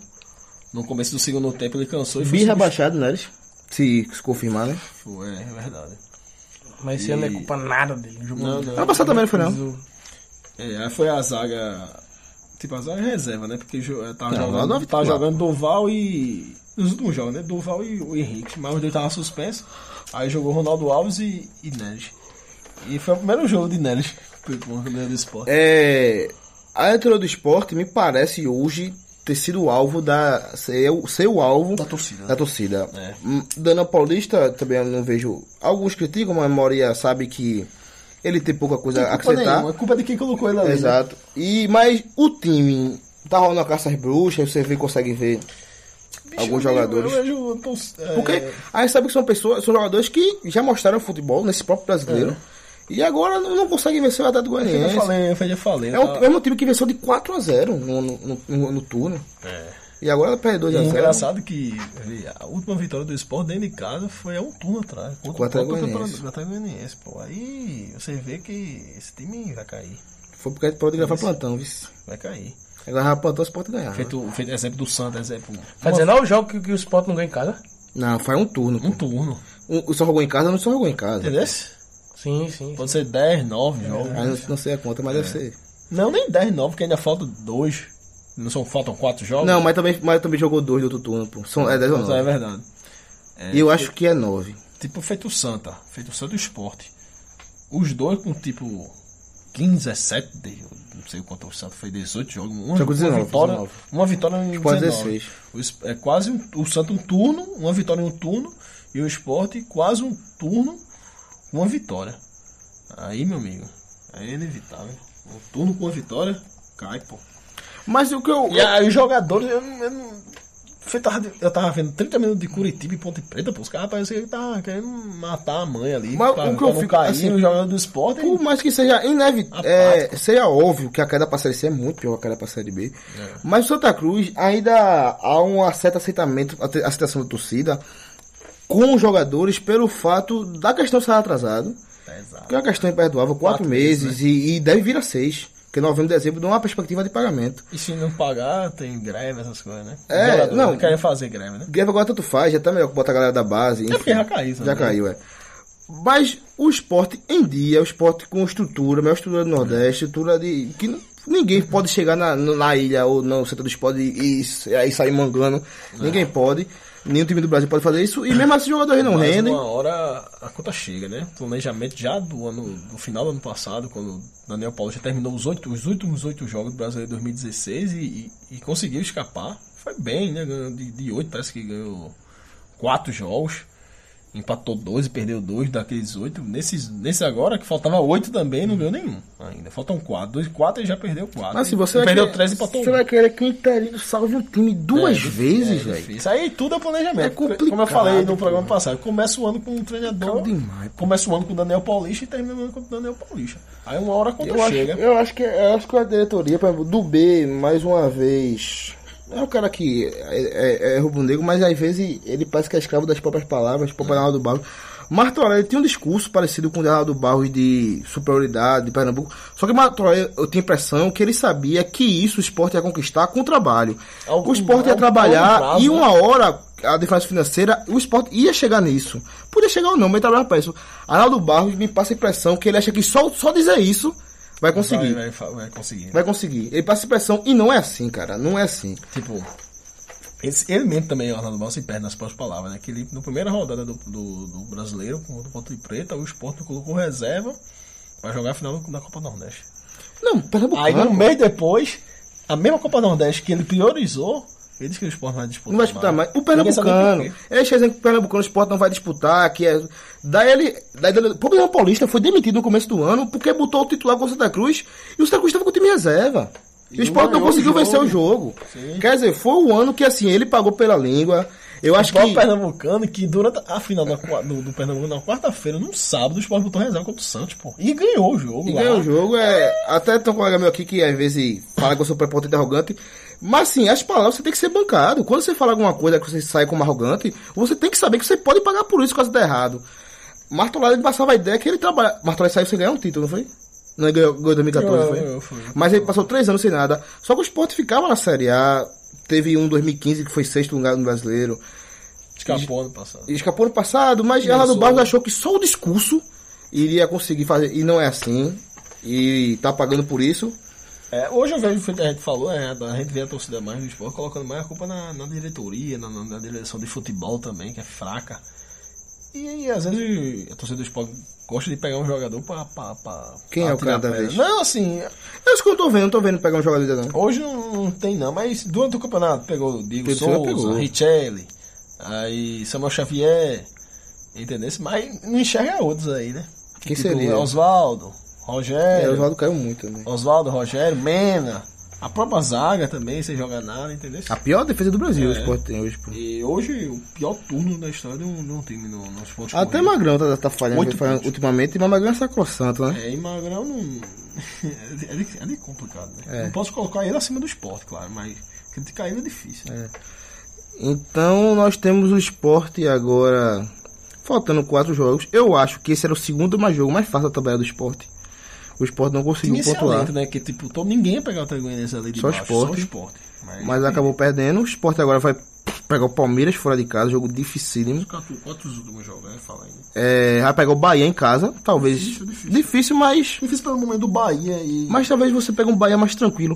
S2: no começo do segundo tempo ele cansou e foi.
S1: Bi rebaixado, Neres. Se, se confirmar, né?
S2: substituto. É, é verdade.
S3: Mas esse ano não é culpa nada dele.
S2: Não, não.
S1: Ano passado também não foi, não.
S3: Mas o-
S2: É, aí foi a zaga. Tipo, a zaga reserva, né? Porque jo- eh, tava,
S1: Não, lá
S2: jogando,
S1: não- é
S2: tava
S1: lá.
S2: jogando Duval e. Nos últimos jogos, né? Duval e o Henrique. Mas os dois estavam suspensos. Aí jogou Ronaldo Alves e, e Neres. E foi o primeiro jogo de Neres pelo primeiro do esporte.
S1: É, a entrada do esporte me parece hoje ter sido o alvo da. ser, o- ser o alvo
S2: Da torcida.
S1: Da torcida.
S2: É.
S1: Hum, Dana Paulista também eu não vejo. Alguns criticam, mas a maioria sabe que ele tem pouca coisa a
S2: culpa
S1: acrescentar.
S2: nenhuma, é culpa de quem colocou ele ali. né?
S1: Exato. E, mas o time tá rolando a caça às bruxas, você vê, consegue ver.
S2: Bicho,
S1: Alguns
S2: eu vejo-
S1: jogadores.
S2: Eu vejo, eu tô- é,
S1: Porque a gente sabe que são pessoas, são jogadores que já mostraram futebol nesse próprio brasileiro.
S2: É.
S1: E agora não, não conseguem vencer o Atlético
S2: Eu já
S1: Goianiense.
S2: É tá? falei, eu já falei.
S1: É o mesmo time que venceu de 4 a 0 no, no, no, no turno.
S2: É.
S1: E agora ela perdeu
S2: E
S1: de a
S2: é
S1: zero.
S2: engraçado que ele- a última vitória do esporte dentro de casa foi há um turno atrás. Contra o
S1: Contra o
S2: próprio
S1: Goianiense.
S2: Atlético Goianiense, pô. Aí você vê que esse time vai cair.
S1: Foi porque a gente pode gravar plantão, viu?
S2: Vai cair.
S1: Gravar plantão, você pode ganhar. né?
S2: Feito, feito exemplo do Santos, exemplo.
S3: Tá dizendo, olha o jogo que, que o Sport não ganha em casa?
S1: Não, faz um turno.
S2: Um turno.
S1: Um, o só jogou em casa, não só jogou em casa.
S2: Entendeu?
S3: Sim, sim.
S2: Pode ser 10, 9 jogos.
S1: Aí não, não sei a conta, É. mas
S2: É.
S1: deve ser.
S2: Não, nem 10, 9, porque ainda falta dois. Não são, faltam quatro jogos?
S1: Não, mas também, mas também jogou dois do outro turno, pô. São, é 10 ou
S2: Mas é
S1: 9.
S2: verdade.
S1: E eu acho que é 9.
S2: Tipo, feito o Santa. Feito o Santa e o Esporte. Os dois com tipo 15, 17, de- eu não sei quanto o Santa foi, 18 jogos. Uma,
S1: Jogou 19,
S2: uma vitória,
S1: 19.
S2: Uma vitória em
S1: Esporte
S2: 19.
S1: 16.
S2: O es- é quase um- o Santa um turno, uma vitória em um turno. E o Esporte quase um turno, uma vitória. Aí, meu amigo, é inevitável. Um turno com uma vitória, cai, pô.
S1: Mas o que eu.
S2: E aí os jogadores, eu, não- eu não. Eu tava, eu tava vendo 30 minutos de Curitiba e Ponte Preta, pô. Os caras pareciam que tava querendo matar a mãe ali.
S1: Mas
S2: pra,
S1: o que
S2: pra
S1: eu
S2: não
S1: fico,
S2: cair,
S1: assim,
S2: os jogadores do esporte.
S1: Por mais que seja inevitável,
S2: Apático.
S1: seja óbvio que a queda para a Série C é muito pior que a queda para a Série B.
S2: é,
S1: Mas o Santa Cruz ainda há um certo aceitamento, ace- aceitação da torcida com os jogadores pelo fato da questão estar atrasado, que é uma questão imperdoável, quatro,
S2: Quatro meses,
S1: meses, né? e, e deve vir a seis, porque novembro e dezembro não há perspectiva de pagamento.
S2: E se não pagar, tem greve, essas coisas, né? Os
S1: É,
S2: jogadores
S1: não.
S2: querem fazer greve, né?
S1: Guerra agora tanto faz, já tá melhor que botar a galera da base. enfim.
S2: porque já caiu, sabe?
S1: Já caiu, é. Mas o esporte em dia, é o esporte com estrutura, melhor estrutura do Nordeste, estrutura de. que n- ninguém pode chegar na, na ilha ou no centro do esporte e, e aí sair mangando.
S2: É.
S1: Ninguém pode. Nenhum time do Brasil pode fazer isso. E mesmo assim os jogadores não
S2: Mas
S1: rendem.
S2: uma hora a conta chega, né? Planejamento já do ano, do final do ano passado, quando o Daniel Paulo já terminou os, oito, os últimos oito jogos do Brasileiro 2016 e, e, e conseguiu escapar. Foi bem, né? Ganhou de, de oito, parece que ganhou quatro jogos. Empatou dois e perdeu dois daqueles oito. Nesses, nesse agora, que faltava oito também, não ganhou nenhum ainda. Faltam quatro. Dois, quatro e já perdeu quatro.
S1: Mas se você vai
S2: perdeu
S1: querer-
S2: três e empatou
S1: Você
S2: um.
S1: vai querer que o Interino salve um time duas
S2: É,
S1: vezes,
S2: é
S1: velho.
S2: difícil. Aí tudo é planejamento.
S1: É complicado,
S2: Como eu falei no
S1: pô.
S2: programa passado, começa o ano com um treinador.
S1: Complicado demais, pô.
S2: começa o ano com o Daniel Paulista e termina o ano com o Daniel Paulista. Aí uma hora a conta
S1: Eu acho,
S2: chega.
S1: eu acho que é eu acho que a diretoria, por exemplo, do B, mais uma vez. É um cara que é, é, é rubro-negro, mas às vezes ele parece que é escravo das próprias palavras, próprio
S2: É.
S1: Arnaldo Barros. Martorelli tinha um discurso parecido com o de Arnaldo Barros de superioridade de Pernambuco. Só que Martorelli, eu tenho a impressão que ele sabia que isso o esporte ia conquistar com o trabalho.
S2: Algum-
S1: o esporte ia
S2: algum
S1: trabalhar
S2: prazo,
S1: e um
S2: né?
S1: uma hora a diferença financeira, o esporte ia chegar nisso. Podia chegar ou não, mas ele trabalhava pra isso. Arnaldo Barros me passa a impressão que ele acha que só, só dizer isso vai conseguir. Vai,
S2: Vai, né? vai, vai conseguir.
S1: conseguir. Ele passa a impressão e não é assim, cara. Não é assim.
S2: Tipo, esse, ele mesmo também, o Arnaldo Mal, se perde nas próprias palavras, né? Que ele, na primeira rodada do, do, do brasileiro, com o Ponte Preta, o Sport colocou reserva pra jogar a final da Copa Nordeste.
S1: Não,
S2: Aí
S1: Pernambucano.
S2: um mês depois, a mesma Copa Nordeste que ele priorizou, ele disse que o Sport não vai disputar.
S1: Não vai disputar mais. O
S2: Ninguém sabe nem por
S1: Pernambucano.
S2: quê.
S1: Ele está dizendo que o Pernambucano o esporte não vai disputar, que é. Daí ele. Daí ele o próprio Leão Paulista foi demitido no começo do ano porque botou o titular com o Santa Cruz e o Santa Cruz estava com o time em reserva. E o
S2: E
S1: esporte não
S2: ganhou o
S1: conseguiu
S2: jogo.
S1: vencer o jogo.
S2: Sim.
S1: Quer dizer, foi o ano que assim, ele pagou pela língua. Eu acho
S2: O próprio
S1: que.
S2: Pernambucano, que durante a final da qua- do, do Pernambuco, na quarta-feira, num sábado, o Sport botou reserva contra o Santos, pô. E ganhou o jogo.
S1: E
S2: lá.
S1: ganhar o jogo é. Até tem um colega meu aqui que às vezes fala que eu sou prepotente e arrogante. Mas assim, as palavras você tem que ser bancado. Quando você fala alguma coisa que você sai como arrogante, você tem que saber que você pode pagar por isso caso dê errado. Martolado ele passava a ideia que ele trabalha. Martolado saiu sem ganhar um título, não foi? Não ele ganhou, ganhou em 2014,
S2: Ganhou,
S1: foi?
S2: ganhou, foi.
S1: Mas ele passou três anos sem nada. Só que o Sport ficava na Série A. Teve um 2015 que foi sexto lugar no brasileiro.
S2: Escapou ano passado.
S1: Ele escapou no passado, mas ela do Barros achou que só o discurso iria conseguir fazer. E não é assim. E tá pagando por isso.
S2: É, hoje eu vejo o que a gente falou, é, a gente vê a torcida mais do esporte colocando mais a culpa na, na diretoria, na, na- na direção de futebol também, que é fraca. E, às vezes a torcida do esporte gosta de pegar um jogador pra. pra, pra
S1: Quem
S2: pra
S1: é o
S2: tirar
S1: cara da
S2: pedra.
S1: vez?
S2: Não, assim,
S1: É isso que eu tô vendo, não tô vendo pegar um jogador ainda não.
S2: Hoje não, não tem não, mas durante o campeonato pegou o Diego
S1: Pedro Silva pegou.
S2: Souza, Richelli, aí Samuel Xavier, entendeu? Mas não enxerga outros aí, né?
S1: Quem seria?
S2: Oswaldo,
S1: É, o
S2: Rogério,
S1: Oswaldo caiu muito também.
S2: Oswaldo, Rogério, Mena, a própria zaga também, sem jogar nada, entendeu?
S1: A pior defesa do Brasil,
S2: É.
S1: o Sport tem hoje, pô.
S2: E hoje o pior turno da história de um, de um time no, no esporte.
S1: Até
S2: corrido.
S1: Magrão tá, tá falhando,
S2: Oito
S1: vem falhando
S2: pontos.
S1: ultimamente, mas Magrão é sacrossanto, né?
S2: É, e Magrão não. é, de- é, de- é de complicado, né?
S1: É.
S2: Não posso colocar ele acima do esporte, claro, mas Criticar ele é difícil. Né?
S1: Então nós temos o esporte agora. Faltando quatro jogos. Eu acho que esse era o segundo mais jogo mais fácil da tabela do esporte. O esporte não conseguiu pontuar.
S2: Inicialmente, né? Que tipo, todo, ninguém ia pegar o Tragoinense ali de
S1: Só
S2: baixo,
S1: Sport.
S2: só o esporte. Mas,
S1: Mas acabou perdendo. O esporte agora vai pegar o Palmeiras fora de casa, jogo dificílimo.
S2: Quatro, quantos últimos jogos, né? Fala ainda.
S1: É, vai pegar o Bahia em casa, talvez.
S2: Difícil,
S1: Difícil,
S2: difícil.
S1: mas.
S2: Difícil pelo momento do Bahia e.
S1: Mas talvez você pegue um Bahia mais tranquilo.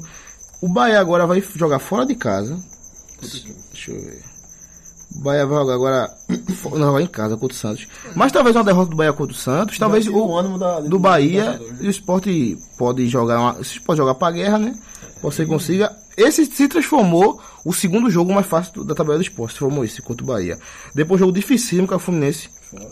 S1: O Bahia agora vai jogar fora de casa. Deixa eu ver. O Bahia vai jogar agora. fo- Não, vai jogar em casa contra o Santos. Mas talvez uma derrota do Bahia contra o Santos. Talvez
S2: tira
S1: o,
S2: o um ânimo da-
S1: do
S2: do
S1: Bahia.
S2: Libertadores,
S1: E o esporte pode jogar. Uma, se pode jogar pra guerra, né? Você consiga. Esse se transformou o segundo jogo mais fácil do- da tabela do esporte. Se formou esse contra o Bahia. Depois jogo dificílimo com o Fluminense.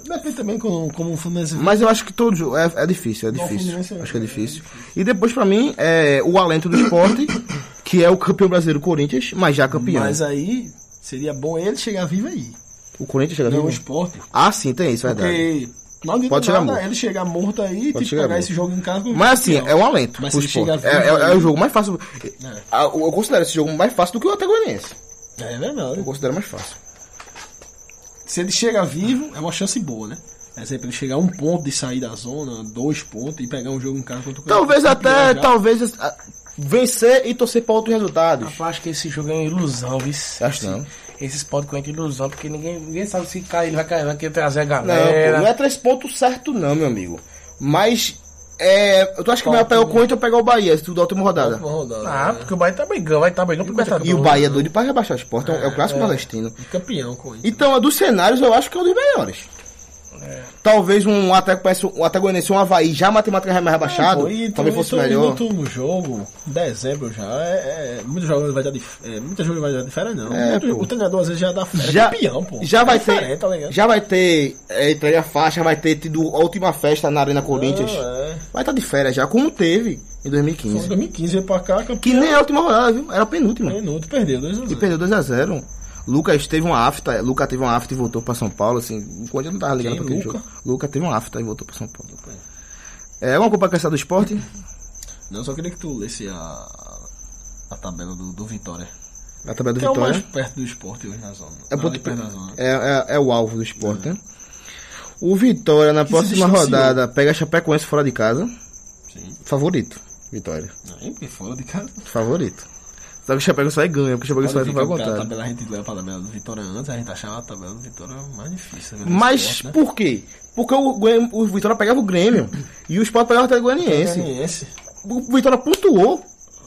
S2: Depende também como, como o Fluminense
S1: Mas eu acho que todo jogo é, é difícil, é
S2: Fluminense
S1: difícil.
S2: é-
S1: Acho que é difícil. E depois, pra mim, é o alento do esporte, que é o campeão brasileiro Corinthians, mas já campeão.
S2: Mas aí seria bom ele chegar vivo aí.
S1: O Corinthians chega
S2: Não o
S1: vivo.
S2: esporte.
S1: Ah, sim, tem isso, verdade.
S2: Porque não adianta
S1: Pode chegar
S2: nada
S1: morto.
S2: ele chegar morto aí e
S1: Pode
S2: tipo,
S1: chegar
S2: pegar
S1: morto.
S2: esse jogo em casa. com-
S1: Mas assim, é um alento.
S2: Mas
S1: pro
S2: se chega
S1: esporte. É,
S2: vivo
S1: é- é
S2: aí-
S1: o jogo mais fácil. Ah, Eu eu considero esse jogo mais fácil do que o Atagoinense.
S2: É verdade.
S1: Eu considero mais fácil.
S2: Se ele chega vivo, é uma chance boa, né? É sempre ele chegar a um ponto de sair da zona, dois pontos e pegar um jogo em casa contra o
S1: Talvez
S2: Corinthians,
S1: até,
S2: campeão já.
S1: talvez, ah, vencer e torcer pra outros resultados.
S3: Rapaz, acho que esse jogo é uma ilusão, viu?
S1: Acho não.
S3: Esse esporte com a gente é ilusão, porque ninguém, ninguém sabe se cai, ele vai cair, vai querer trazer a
S2: Ah,
S1: Não, pô,
S3: galera.
S1: não é três pontos certo não, meu amigo. Mas, é, eu acho que é melhor pegar o Corinthians ou pegar o Bahia, se tu dá a última rodada.
S2: Uma rodada,
S3: ah,
S2: né?
S3: porque o Bahia tá brigando, vai tá brigando pro Libertadores.
S1: E o Bahia é doido pra rebaixar o esporte, é, o- é o clássico nordestino.
S2: E campeão com isso.
S1: Então, é dos cenários, eu acho que é um dos melhores.
S2: É.
S1: Talvez um ataque parece um Atagonense, um Havaí já matematicamente
S2: É,
S1: mais rebaixado, tá talvez fosse
S2: No
S1: melhor.
S2: último jogo, dezembro já, é, é, muitos jogos vai dar de, é, muitos jogos vai dar de férias, não.
S1: É,
S2: Muito-
S1: pô.
S2: o treinador às vezes já dá férias.
S1: Já,
S2: campeão, pô.
S1: já vai
S2: É
S1: ter,
S2: diferente, Tá ligado?
S1: já vai ter é, entrega a faixa, vai ter tido a última festa na Arena Corinthians.
S2: Não, é.
S1: Vai estar tá de férias já, como teve em
S2: Foi
S1: 2015.
S2: 2015 veio pra cá, campeão.
S1: Que nem é a última rodada, viu? Era a penúltima.
S2: Minuto, perdeu 2 a
S1: E
S2: 0.
S1: perdeu 2x0. Lucas teve uma afta, Lucas teve uma afta e voltou pra São Paulo, assim, enquanto eu não tava ligando
S2: Quem,
S1: pra aquele
S2: Luca?
S1: jogo. Lucas teve uma afta e voltou pra São Paulo. É uma culpa que essa do esporte?
S2: Não, só queria que tu lesse a, a tabela do, do Vitória.
S1: A tabela do
S2: Que é o mais
S1: Vitória.
S2: perto do esporte hoje na zona.
S1: É,
S2: Não,
S1: pro-
S2: ali perto da zona.
S1: é, é- é o alvo do esporte, né? O Vitória, na próxima
S2: distanciou.
S1: rodada, pega a Chapecoense fora de casa.
S2: Sim.
S1: Favorito. Vitória.
S2: Aí, porque fora de casa.
S1: Favorito. Sabe que o Chapecoense só ganha, porque o Chapecoense só vai
S2: Olha, fica
S1: ao
S2: a
S1: contrário.
S2: tabela, a gente leva a tabela do Vitória antes, a gente achava a tabela do Vitória mais difícil. né, do
S1: Mas
S2: esporte, né?
S1: por quê? Porque o, Grêmio- o Vitória pegava o Grêmio e o Sport pegava o Atlético Goianiense.
S2: Goianiense.
S1: O Vitória pontuou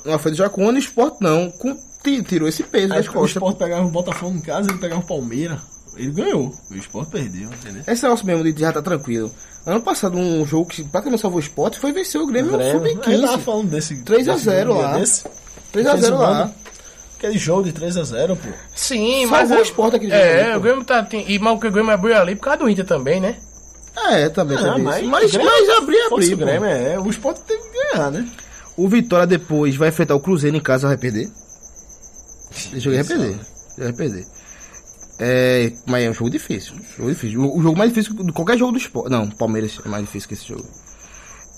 S1: na frente do Jacone, o Sport não. Com, ti- tirou esse peso
S2: Aí
S1: das
S2: o
S1: costas.
S2: Sport pegava o Botafogo em casa, ele pegava o Palmeiras. Ele ganhou. O Sport perdeu, entendeu?
S1: Esse negócio mesmo de já tá tranquilo. Ano passado, um jogo que praticamente salvou o Sport foi vencer o Grêmio,
S2: Aí tava
S1: sub-15.
S2: falando desse.
S1: 3 a
S2: desse
S1: 0
S2: jogo um
S1: lá.
S2: desse.
S1: 3x0 lá.
S2: Aquele jogo de 3x0, pô.
S3: Sim,
S1: Só
S3: mas.
S1: o
S3: é-
S1: Sport aquele jogo ali,
S3: É,
S1: pô.
S3: o Grêmio tá. Tem, e mal que o Grêmio abriu ali por causa do Inter também, né?
S1: É, também teve isso.
S2: Ah, mas-
S1: Mas,
S2: Grêmio-
S1: mas abrir, abrir.
S2: Fosse o Grêmio, é. O Sport teve que ganhar, né?
S1: O Vitória depois vai enfrentar o Cruzeiro em casa, vai perder. Esse jogo ia perder. Vai perder. É, mas é um jogo difícil. Jogo difícil. O, o jogo mais difícil de qualquer jogo do esporte. Não, Palmeiras é mais difícil que esse jogo.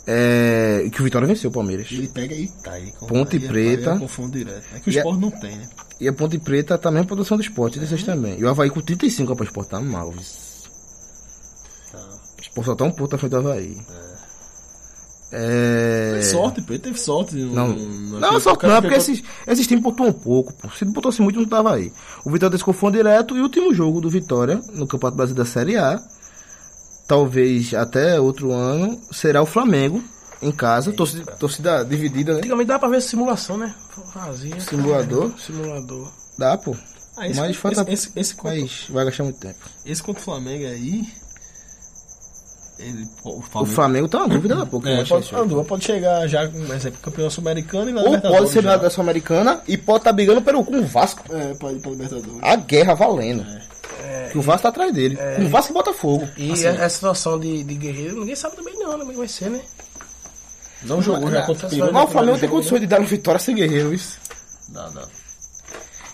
S1: É, que o Vitória venceu o Palmeiras.
S2: Ele pega e tá aí. com-
S1: Ponte
S2: aí, aí,
S1: Preta.
S2: eu confundo direto. É que o
S1: E a-
S2: Sport não tem, né?
S1: E a Ponte Preta tá na mesma produção do esporte, vocês também. E o Havaí com 35 é pra exportar mal. vice. O esporte só tá um ponto na frente do Havaí. É.
S2: Teve sorte, pô. Ele teve sorte. no-
S1: Não,
S2: no-
S1: não,
S2: naquele-
S1: só
S2: cara
S1: não, é porque
S2: pegou-
S1: esses, esses times pontuam um pouco, pô. Se não pontuasse muito, não tava aí. O Vitória desse confronto direto e o último jogo do Vitória no Campeonato Brasileiro da Série A, talvez até outro ano, será o Flamengo em casa. Torcida, torcida dividida, né?
S3: Antigamente dava pra ver simulação, né? Fazia.
S1: Simulador.
S3: Simulador.
S1: Dá, pô.
S2: Ah, esse,
S1: mas
S2: esse,
S1: falta-
S2: esse, esse, contra,
S1: Mas vai gastar muito tempo.
S2: esse contra o Flamengo aí. Ele, pô, o
S1: O
S2: Flamengo.
S1: Flamengo tá uma dúvida da pouco. eu
S2: é,
S1: acho
S2: pode,
S1: isso.
S2: andou, pode chegar já, mas é campeão sul-americano e na
S1: Ou
S2: Libertadores né?
S1: pode ser
S2: já.
S1: da Sul-Americana e pode estar brigando pelo, com o Vasco.
S2: É, pode ir pra Libertadores.
S1: A guerra valendo. Que o Vasco tá atrás dele. Com o Vasco e Botafogo. Assim,
S3: E é essa situação de, de guerreiro, ninguém sabe também não, né? Como é que vai ser, né?
S2: não jogou já
S1: Ah,
S2: contra é, o
S3: tá
S2: Peru.
S1: Mas o Flamengo tem condições de dar uma vitória sem guerreiro, isso.
S2: Não, não.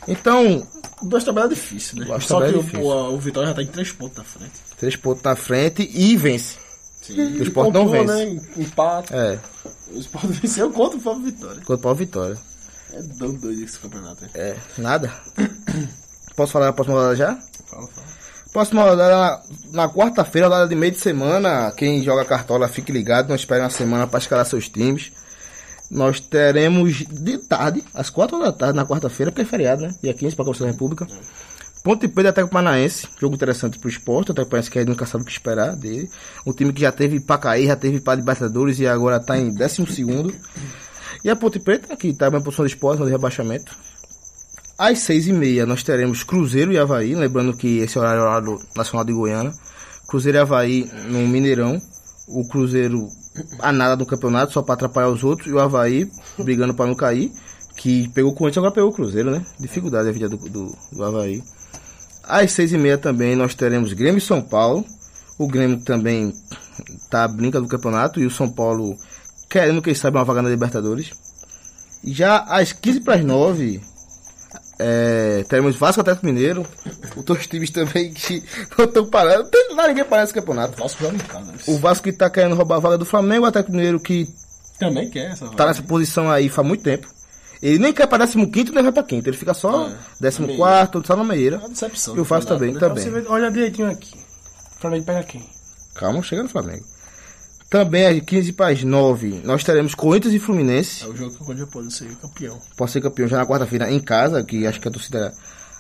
S1: Então,
S2: Duas tabelas difíceis, né?
S1: Duas
S2: Só que
S1: tabelas
S2: o,
S1: difíceis.
S2: o, o Vitória já tá em três pontos na frente.
S1: três pontos na frente e vence.
S2: Sim.
S1: O Sport não vence.
S2: Né? Empata.
S1: É,
S2: O Sport venceu contra o próprio Vitória.
S1: contra o Vitória.
S2: É doido doido esse campeonato. hein?
S1: É, nada. Posso falar da próxima rodada já?
S2: Fala, fala.
S1: Próxima rodada, na, na quarta-feira, rodada de meio de semana. Quem joga cartola, fique ligado. Não espere uma semana para escalar seus times. Nós teremos de tarde, às quatro da tarde, na quarta-feira, porque é feriado, né? Dia 15 para a Copa da República. Ponte Pedro Atlético Paranaense, jogo interessante pro esporte, o Atlético Paranaense que a gente nunca sabe o que esperar dele. Um time que já teve pra cair, já teve pra Libertadores e agora tá em 12 segundo. E a Ponte Preta, que tá na posição do esporte, no rebaixamento. Às seis e meia nós teremos Cruzeiro e Havaí, lembrando que esse horário é o horário nacional de Goiânia. Cruzeiro e Havaí no Mineirão. O Cruzeiro a nada do campeonato, só para atrapalhar os outros. E o Havaí brigando para não cair, que pegou o Corinthians, agora pegou o Cruzeiro, né? Dificuldade a vida do, do, do Havaí. Às seis e meia também nós teremos Grêmio e São Paulo. O Grêmio também tá à brinca do campeonato e o São Paulo querendo, quem sabe, uma vaga na Libertadores. E já às 15 para as 9 é, teremos Vasco e Atlético Mineiro. Os dois times também que não estão parando. Tem lá ninguém parece campeonato.
S2: Vasco joga em casa. né?
S1: O Vasco que tá querendo roubar a vaga do Flamengo, o Atlético Mineiro que
S2: Também quer essa.
S1: tá
S2: vaga.
S1: nessa posição aí faz muito tempo. Ele nem quer para 15 quinto, nem vai pra quinto. Ele fica só
S2: É, na
S1: 14 quarto, só na
S2: É
S1: meieira.
S2: uma decepção.
S1: E o Vasco também,
S2: campeonato,
S1: também.
S3: Você vê, olha direitinho aqui. O Flamengo pega quem?
S1: Calma, chega no Flamengo. Também às 15 para as 9, nós teremos Corinthians e Fluminense.
S2: né? É o jogo que o Corinthians pode ser campeão.
S1: Pode ser campeão já na quarta-feira em casa, que acho que a torcida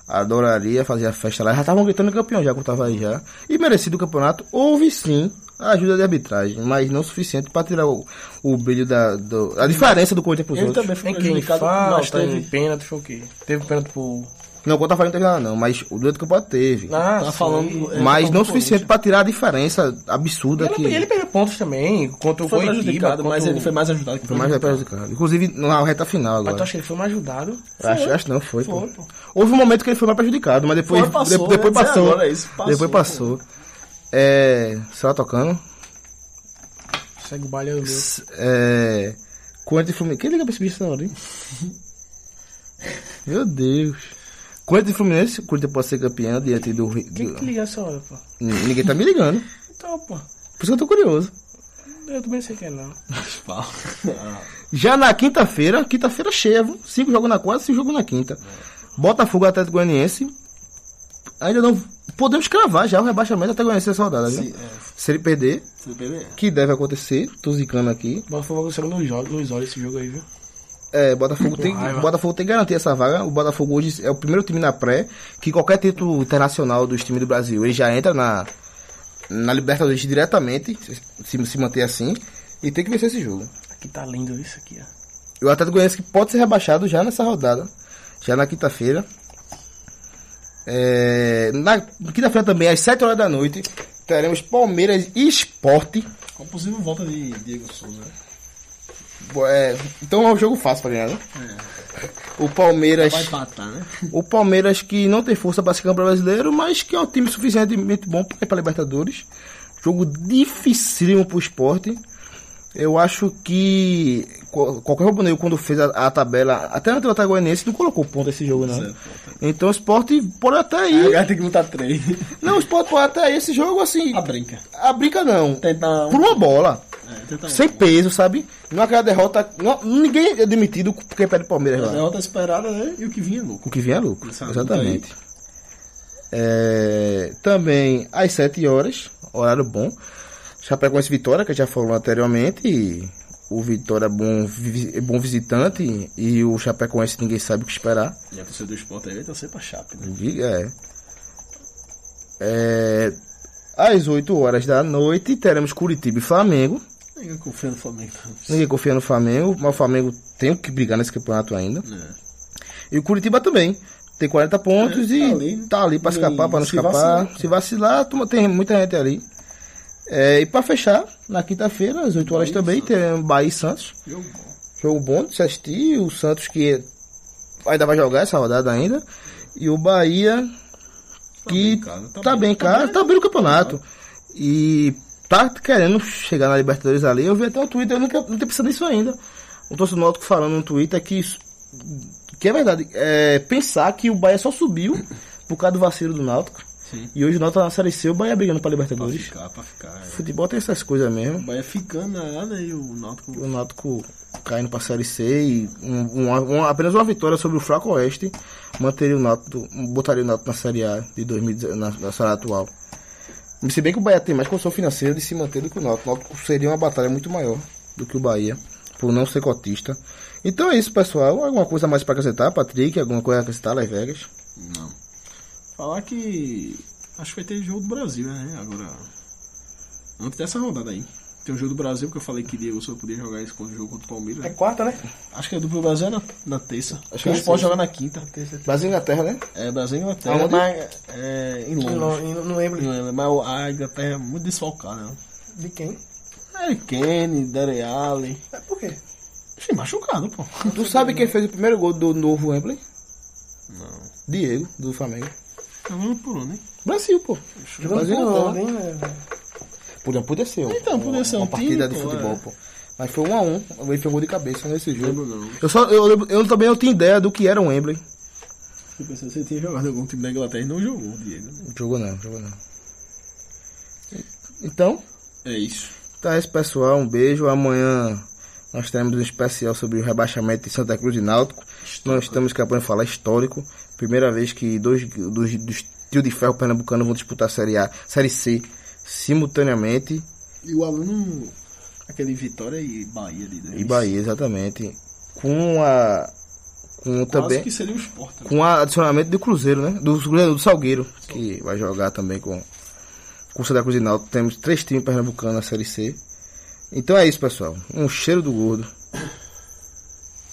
S1: adoraria fazer a festa lá. Já estavam gritando campeão já, quando tava aí já. E merecido o campeonato, houve sim a ajuda de arbitragem, mas não suficiente para tirar o, o brilho da do- a diferença do Corinthians para os
S2: É Ele
S1: outros. tá
S2: também foi tá
S3: Tem quem
S2: prejudicado,
S3: fala,
S2: mas
S3: tem
S2: teve
S3: pênalti, foi o quê? Teve pênalti pro...
S1: Não, contra a Farinha não teve nada não, mas o durante o campeonato teve.
S3: Ah,
S2: Tá
S3: sim.
S2: falando- é,
S1: mas
S2: tá
S1: não
S2: falando
S1: suficiente para tirar a diferença absurda
S3: Ele,
S1: que...
S3: ele pegou pontos também, contra o
S2: foi
S3: Coritiba.
S2: prejudicado, mas
S3: contra o-
S2: ele foi mais ajudado que
S1: Foi mais prejudicado. Inclusive na reta final
S3: Mas tu
S1: agora.
S3: acha que ele foi mais ajudado?
S1: Acho, acho que não, foi. pô.
S2: Foi, pô.
S1: Houve um momento que ele foi mais prejudicado, mas depois
S2: Foi, passou,
S1: de- depois
S2: eu ia dizer
S1: passou,
S2: agora é isso, passou,
S1: Depois
S2: pô.
S1: passou. É, sei lá, tocando.
S3: Segue o baile aí, o meu.
S1: É, Corinthians e Fluminense. Quem liga pra esse bicho na hora, hein? Meu Deus. Corinthians e Fluminense. O Corinthians pode ser campeão diante do Rio.
S3: Quem que te liga essa hora, pô?
S1: Ninguém tá me ligando.
S3: Então, pô.
S1: Por isso que eu tô curioso.
S3: Eu também sei que é não.
S2: Ah,
S1: Já na quinta-feira, quinta-feira cheia, viu? Cinco jogos na quarta, cinco jogos na quinta. Botafogo Atlético Goianiense. Ainda não. Podemos cravar já o rebaixamento até Goianiense essa rodada, viu?
S2: Sim, é. né?
S1: Se ele perder,
S2: Você entendeu?
S1: que deve acontecer, tô zicando aqui.
S3: Botafogo agora nos olhos, nos olhos esse jogo aí, viu?
S1: É, Botafogo tem,
S3: raiva.
S1: Botafogo tem que garantir essa vaga. O Botafogo hoje é o primeiro time na pré que qualquer título internacional dos times do Brasil ele já entra na na Libertadores diretamente, se, se manter assim, e tem que vencer esse jogo.
S3: Aqui tá lindo isso aqui, ó.
S1: E o Atlético Goianiense que pode ser rebaixado já nessa rodada, já na quinta-feira. É, na quinta-feira também, às 7 horas da noite, teremos Palmeiras e Esporte.
S2: Com possível volta de Diego Souza. né?
S1: Bo- é, então é um jogo fácil pra ganhar, né?
S2: É.
S1: O Palmeiras.
S2: Vai empatar, né?
S1: O Palmeiras que não tem força para ser campeão brasileiro, mas que é um time suficientemente bom para ir para Libertadores. Jogo dificílimo para o esporte. Eu acho que qual- qualquer rubro-negro quando fez a, a tabela, até no Atlético Goianiense, não colocou ponto esse jogo, não.
S2: Certo.
S1: Então o esporte pode até ir.
S2: Agora tem que botar três.
S1: Não, o esporte pode até ir esse jogo assim.
S2: A brinca.
S1: A brinca não.
S2: Tentar um.
S1: Por uma bola.
S2: É, tentar um.
S1: Sem peso, sabe? Não é aquela derrota. não- ninguém é demitido porque perde o Palmeiras
S2: A
S1: lá.
S2: derrota esperada, né? E o que vinha é louco.
S1: O que vinha é lucro.
S2: Isso é
S1: Exatamente. É, também às 7 horas, horário bom. Chapecoense e Vitória, que já falou anteriormente. e o Vitória é bom, vi- bom visitante. E o Chapecoense ninguém sabe o que esperar.
S2: E é a torcida do esporte aí tá sempre a chape, né?
S1: Vi- É. É, às 8 horas da noite teremos Curitiba e Flamengo.
S2: Ninguém confia É, no Flamengo.
S1: Ninguém confia no Flamengo, mas o Flamengo tem que brigar nesse campeonato ainda.
S2: É.
S1: E o Curitiba também. Tem 40 pontos
S2: É,
S1: e
S2: tá
S1: tá
S2: ali,
S1: ali,
S2: né?
S1: pra
S2: E
S1: escapar, pra não
S2: se
S1: escapar.
S2: vacilar.
S1: Se vacilar, tu- tem muita gente ali. É, e pra fechar, na quinta-feira, às 8 horas
S2: Bahia e
S1: também, tem Bahia e Santos.
S2: Jogo bom.
S1: Jogo bom de se assistir. O Santos que ainda vai jogar essa rodada ainda. E o Bahia que
S2: bem, cara, tá
S1: tá
S2: bem.
S1: bem, cara, tá bem no campeonato. E tá querendo chegar na Libertadores ali. Eu vi até um Twitter, eu nunca, não tenho pensado nisso ainda. Um torcedor do Náutico falando no Twitter que, isso- que é verdade. É, pensar que o Bahia só subiu por causa do vacilo do Náutico.
S2: Sim.
S1: E hoje o Náutico tá na Série C, o Bahia brigando pra
S2: Pra
S1: Libertadores.
S2: ficar, pra ficar. é.
S1: Futebol tem essas coisas
S2: O
S1: mesmo.
S2: Bahia ficando na área, né? E o Náutico
S1: O Náutico caindo pra Série C e um- um- um- apenas uma vitória sobre o Fraco Oeste manteria o Náutico, botaria o Náutico na Série A de 2019, na, na Série A atual. Se bem que o Bahia tem mais condição financeira de se manter do que o Náutico. O Náutico seria uma batalha muito maior do que o Bahia, por não ser cotista. Então é isso, pessoal. Alguma coisa a mais pra acrescentar, Patrick? Alguma coisa a acrescentar, Las Vegas?
S2: Não. Falar que. Acho que vai ter jogo do Brasil, né? Agora. Antes dessa rodada aí. Tem o jogo do Brasil, porque eu falei que Diego só podia jogar esse contra- jogo contra o Palmeiras.
S3: É
S2: né?
S3: quarta, né?
S2: Acho que é do Brasil é na, na terça.
S1: que
S2: Acho que
S1: é
S2: o
S1: sexta.
S2: Sport joga na quinta.
S1: Brasil e Inglaterra, né?
S2: É Brasil e Inglaterra.
S1: Aonde?
S2: Mas, é, em Londres.
S3: Não, não- não lembro
S2: Não lembro, Mas a Inglaterra é muito desfalcada. Né?
S3: de quem.
S2: Harry Kane, Dele Alli.
S3: É por quê?
S2: Achei machucado, pô. Tá
S1: Tu sabe quem fez o primeiro gol do novo Wembley?
S2: Não.
S1: Diego, do Flamengo.
S2: Tá vendo por onde? hein?
S1: Brasil, pô.
S3: Jogando
S1: Brasil
S3: com
S1: e
S3: o
S1: Inglaterra.
S3: Londres, hein, né?
S1: Podia, podia ser. um-
S2: Então, podia ser um
S1: uma
S2: time,
S1: partida de
S2: pô,
S1: futebol,
S2: é.
S1: pô. Mas foi um a um. O Wembley foi um gol de cabeça nesse jogo.
S2: Lembro não.
S1: Eu, só, eu, lembro- eu também não tinha ideia do que era um Wembley.
S2: Eu pensei, você tinha jogado em algum time da Inglaterra e não jogou, Diego.
S1: Jogou não, jogou não. Então,
S2: É isso.
S1: tá esse pessoal. Um beijo. Amanhã nós teremos um especial sobre o rebaixamento de Santa Cruz e Náutico. Nós estamos acabando de falar histórico. Primeira vez que dois dos, dos trio de ferro pernambucano vão disputar a Série A, Série C simultaneamente.
S2: E o aluno, aquele Vitória e Bahia ali, né?
S1: E Bahia, exatamente. Com a. Com
S2: Quase
S1: também.
S2: que seria um né? o Sport. também.
S1: Com a adicionamento do Cruzeiro, né? Do, Cruzeiro- do Salgueiro, que vai jogar também com, com o Santa Cruz e Náutico. Temos três times pernambucanos na Série C. Então é isso, pessoal. Um cheiro do gordo.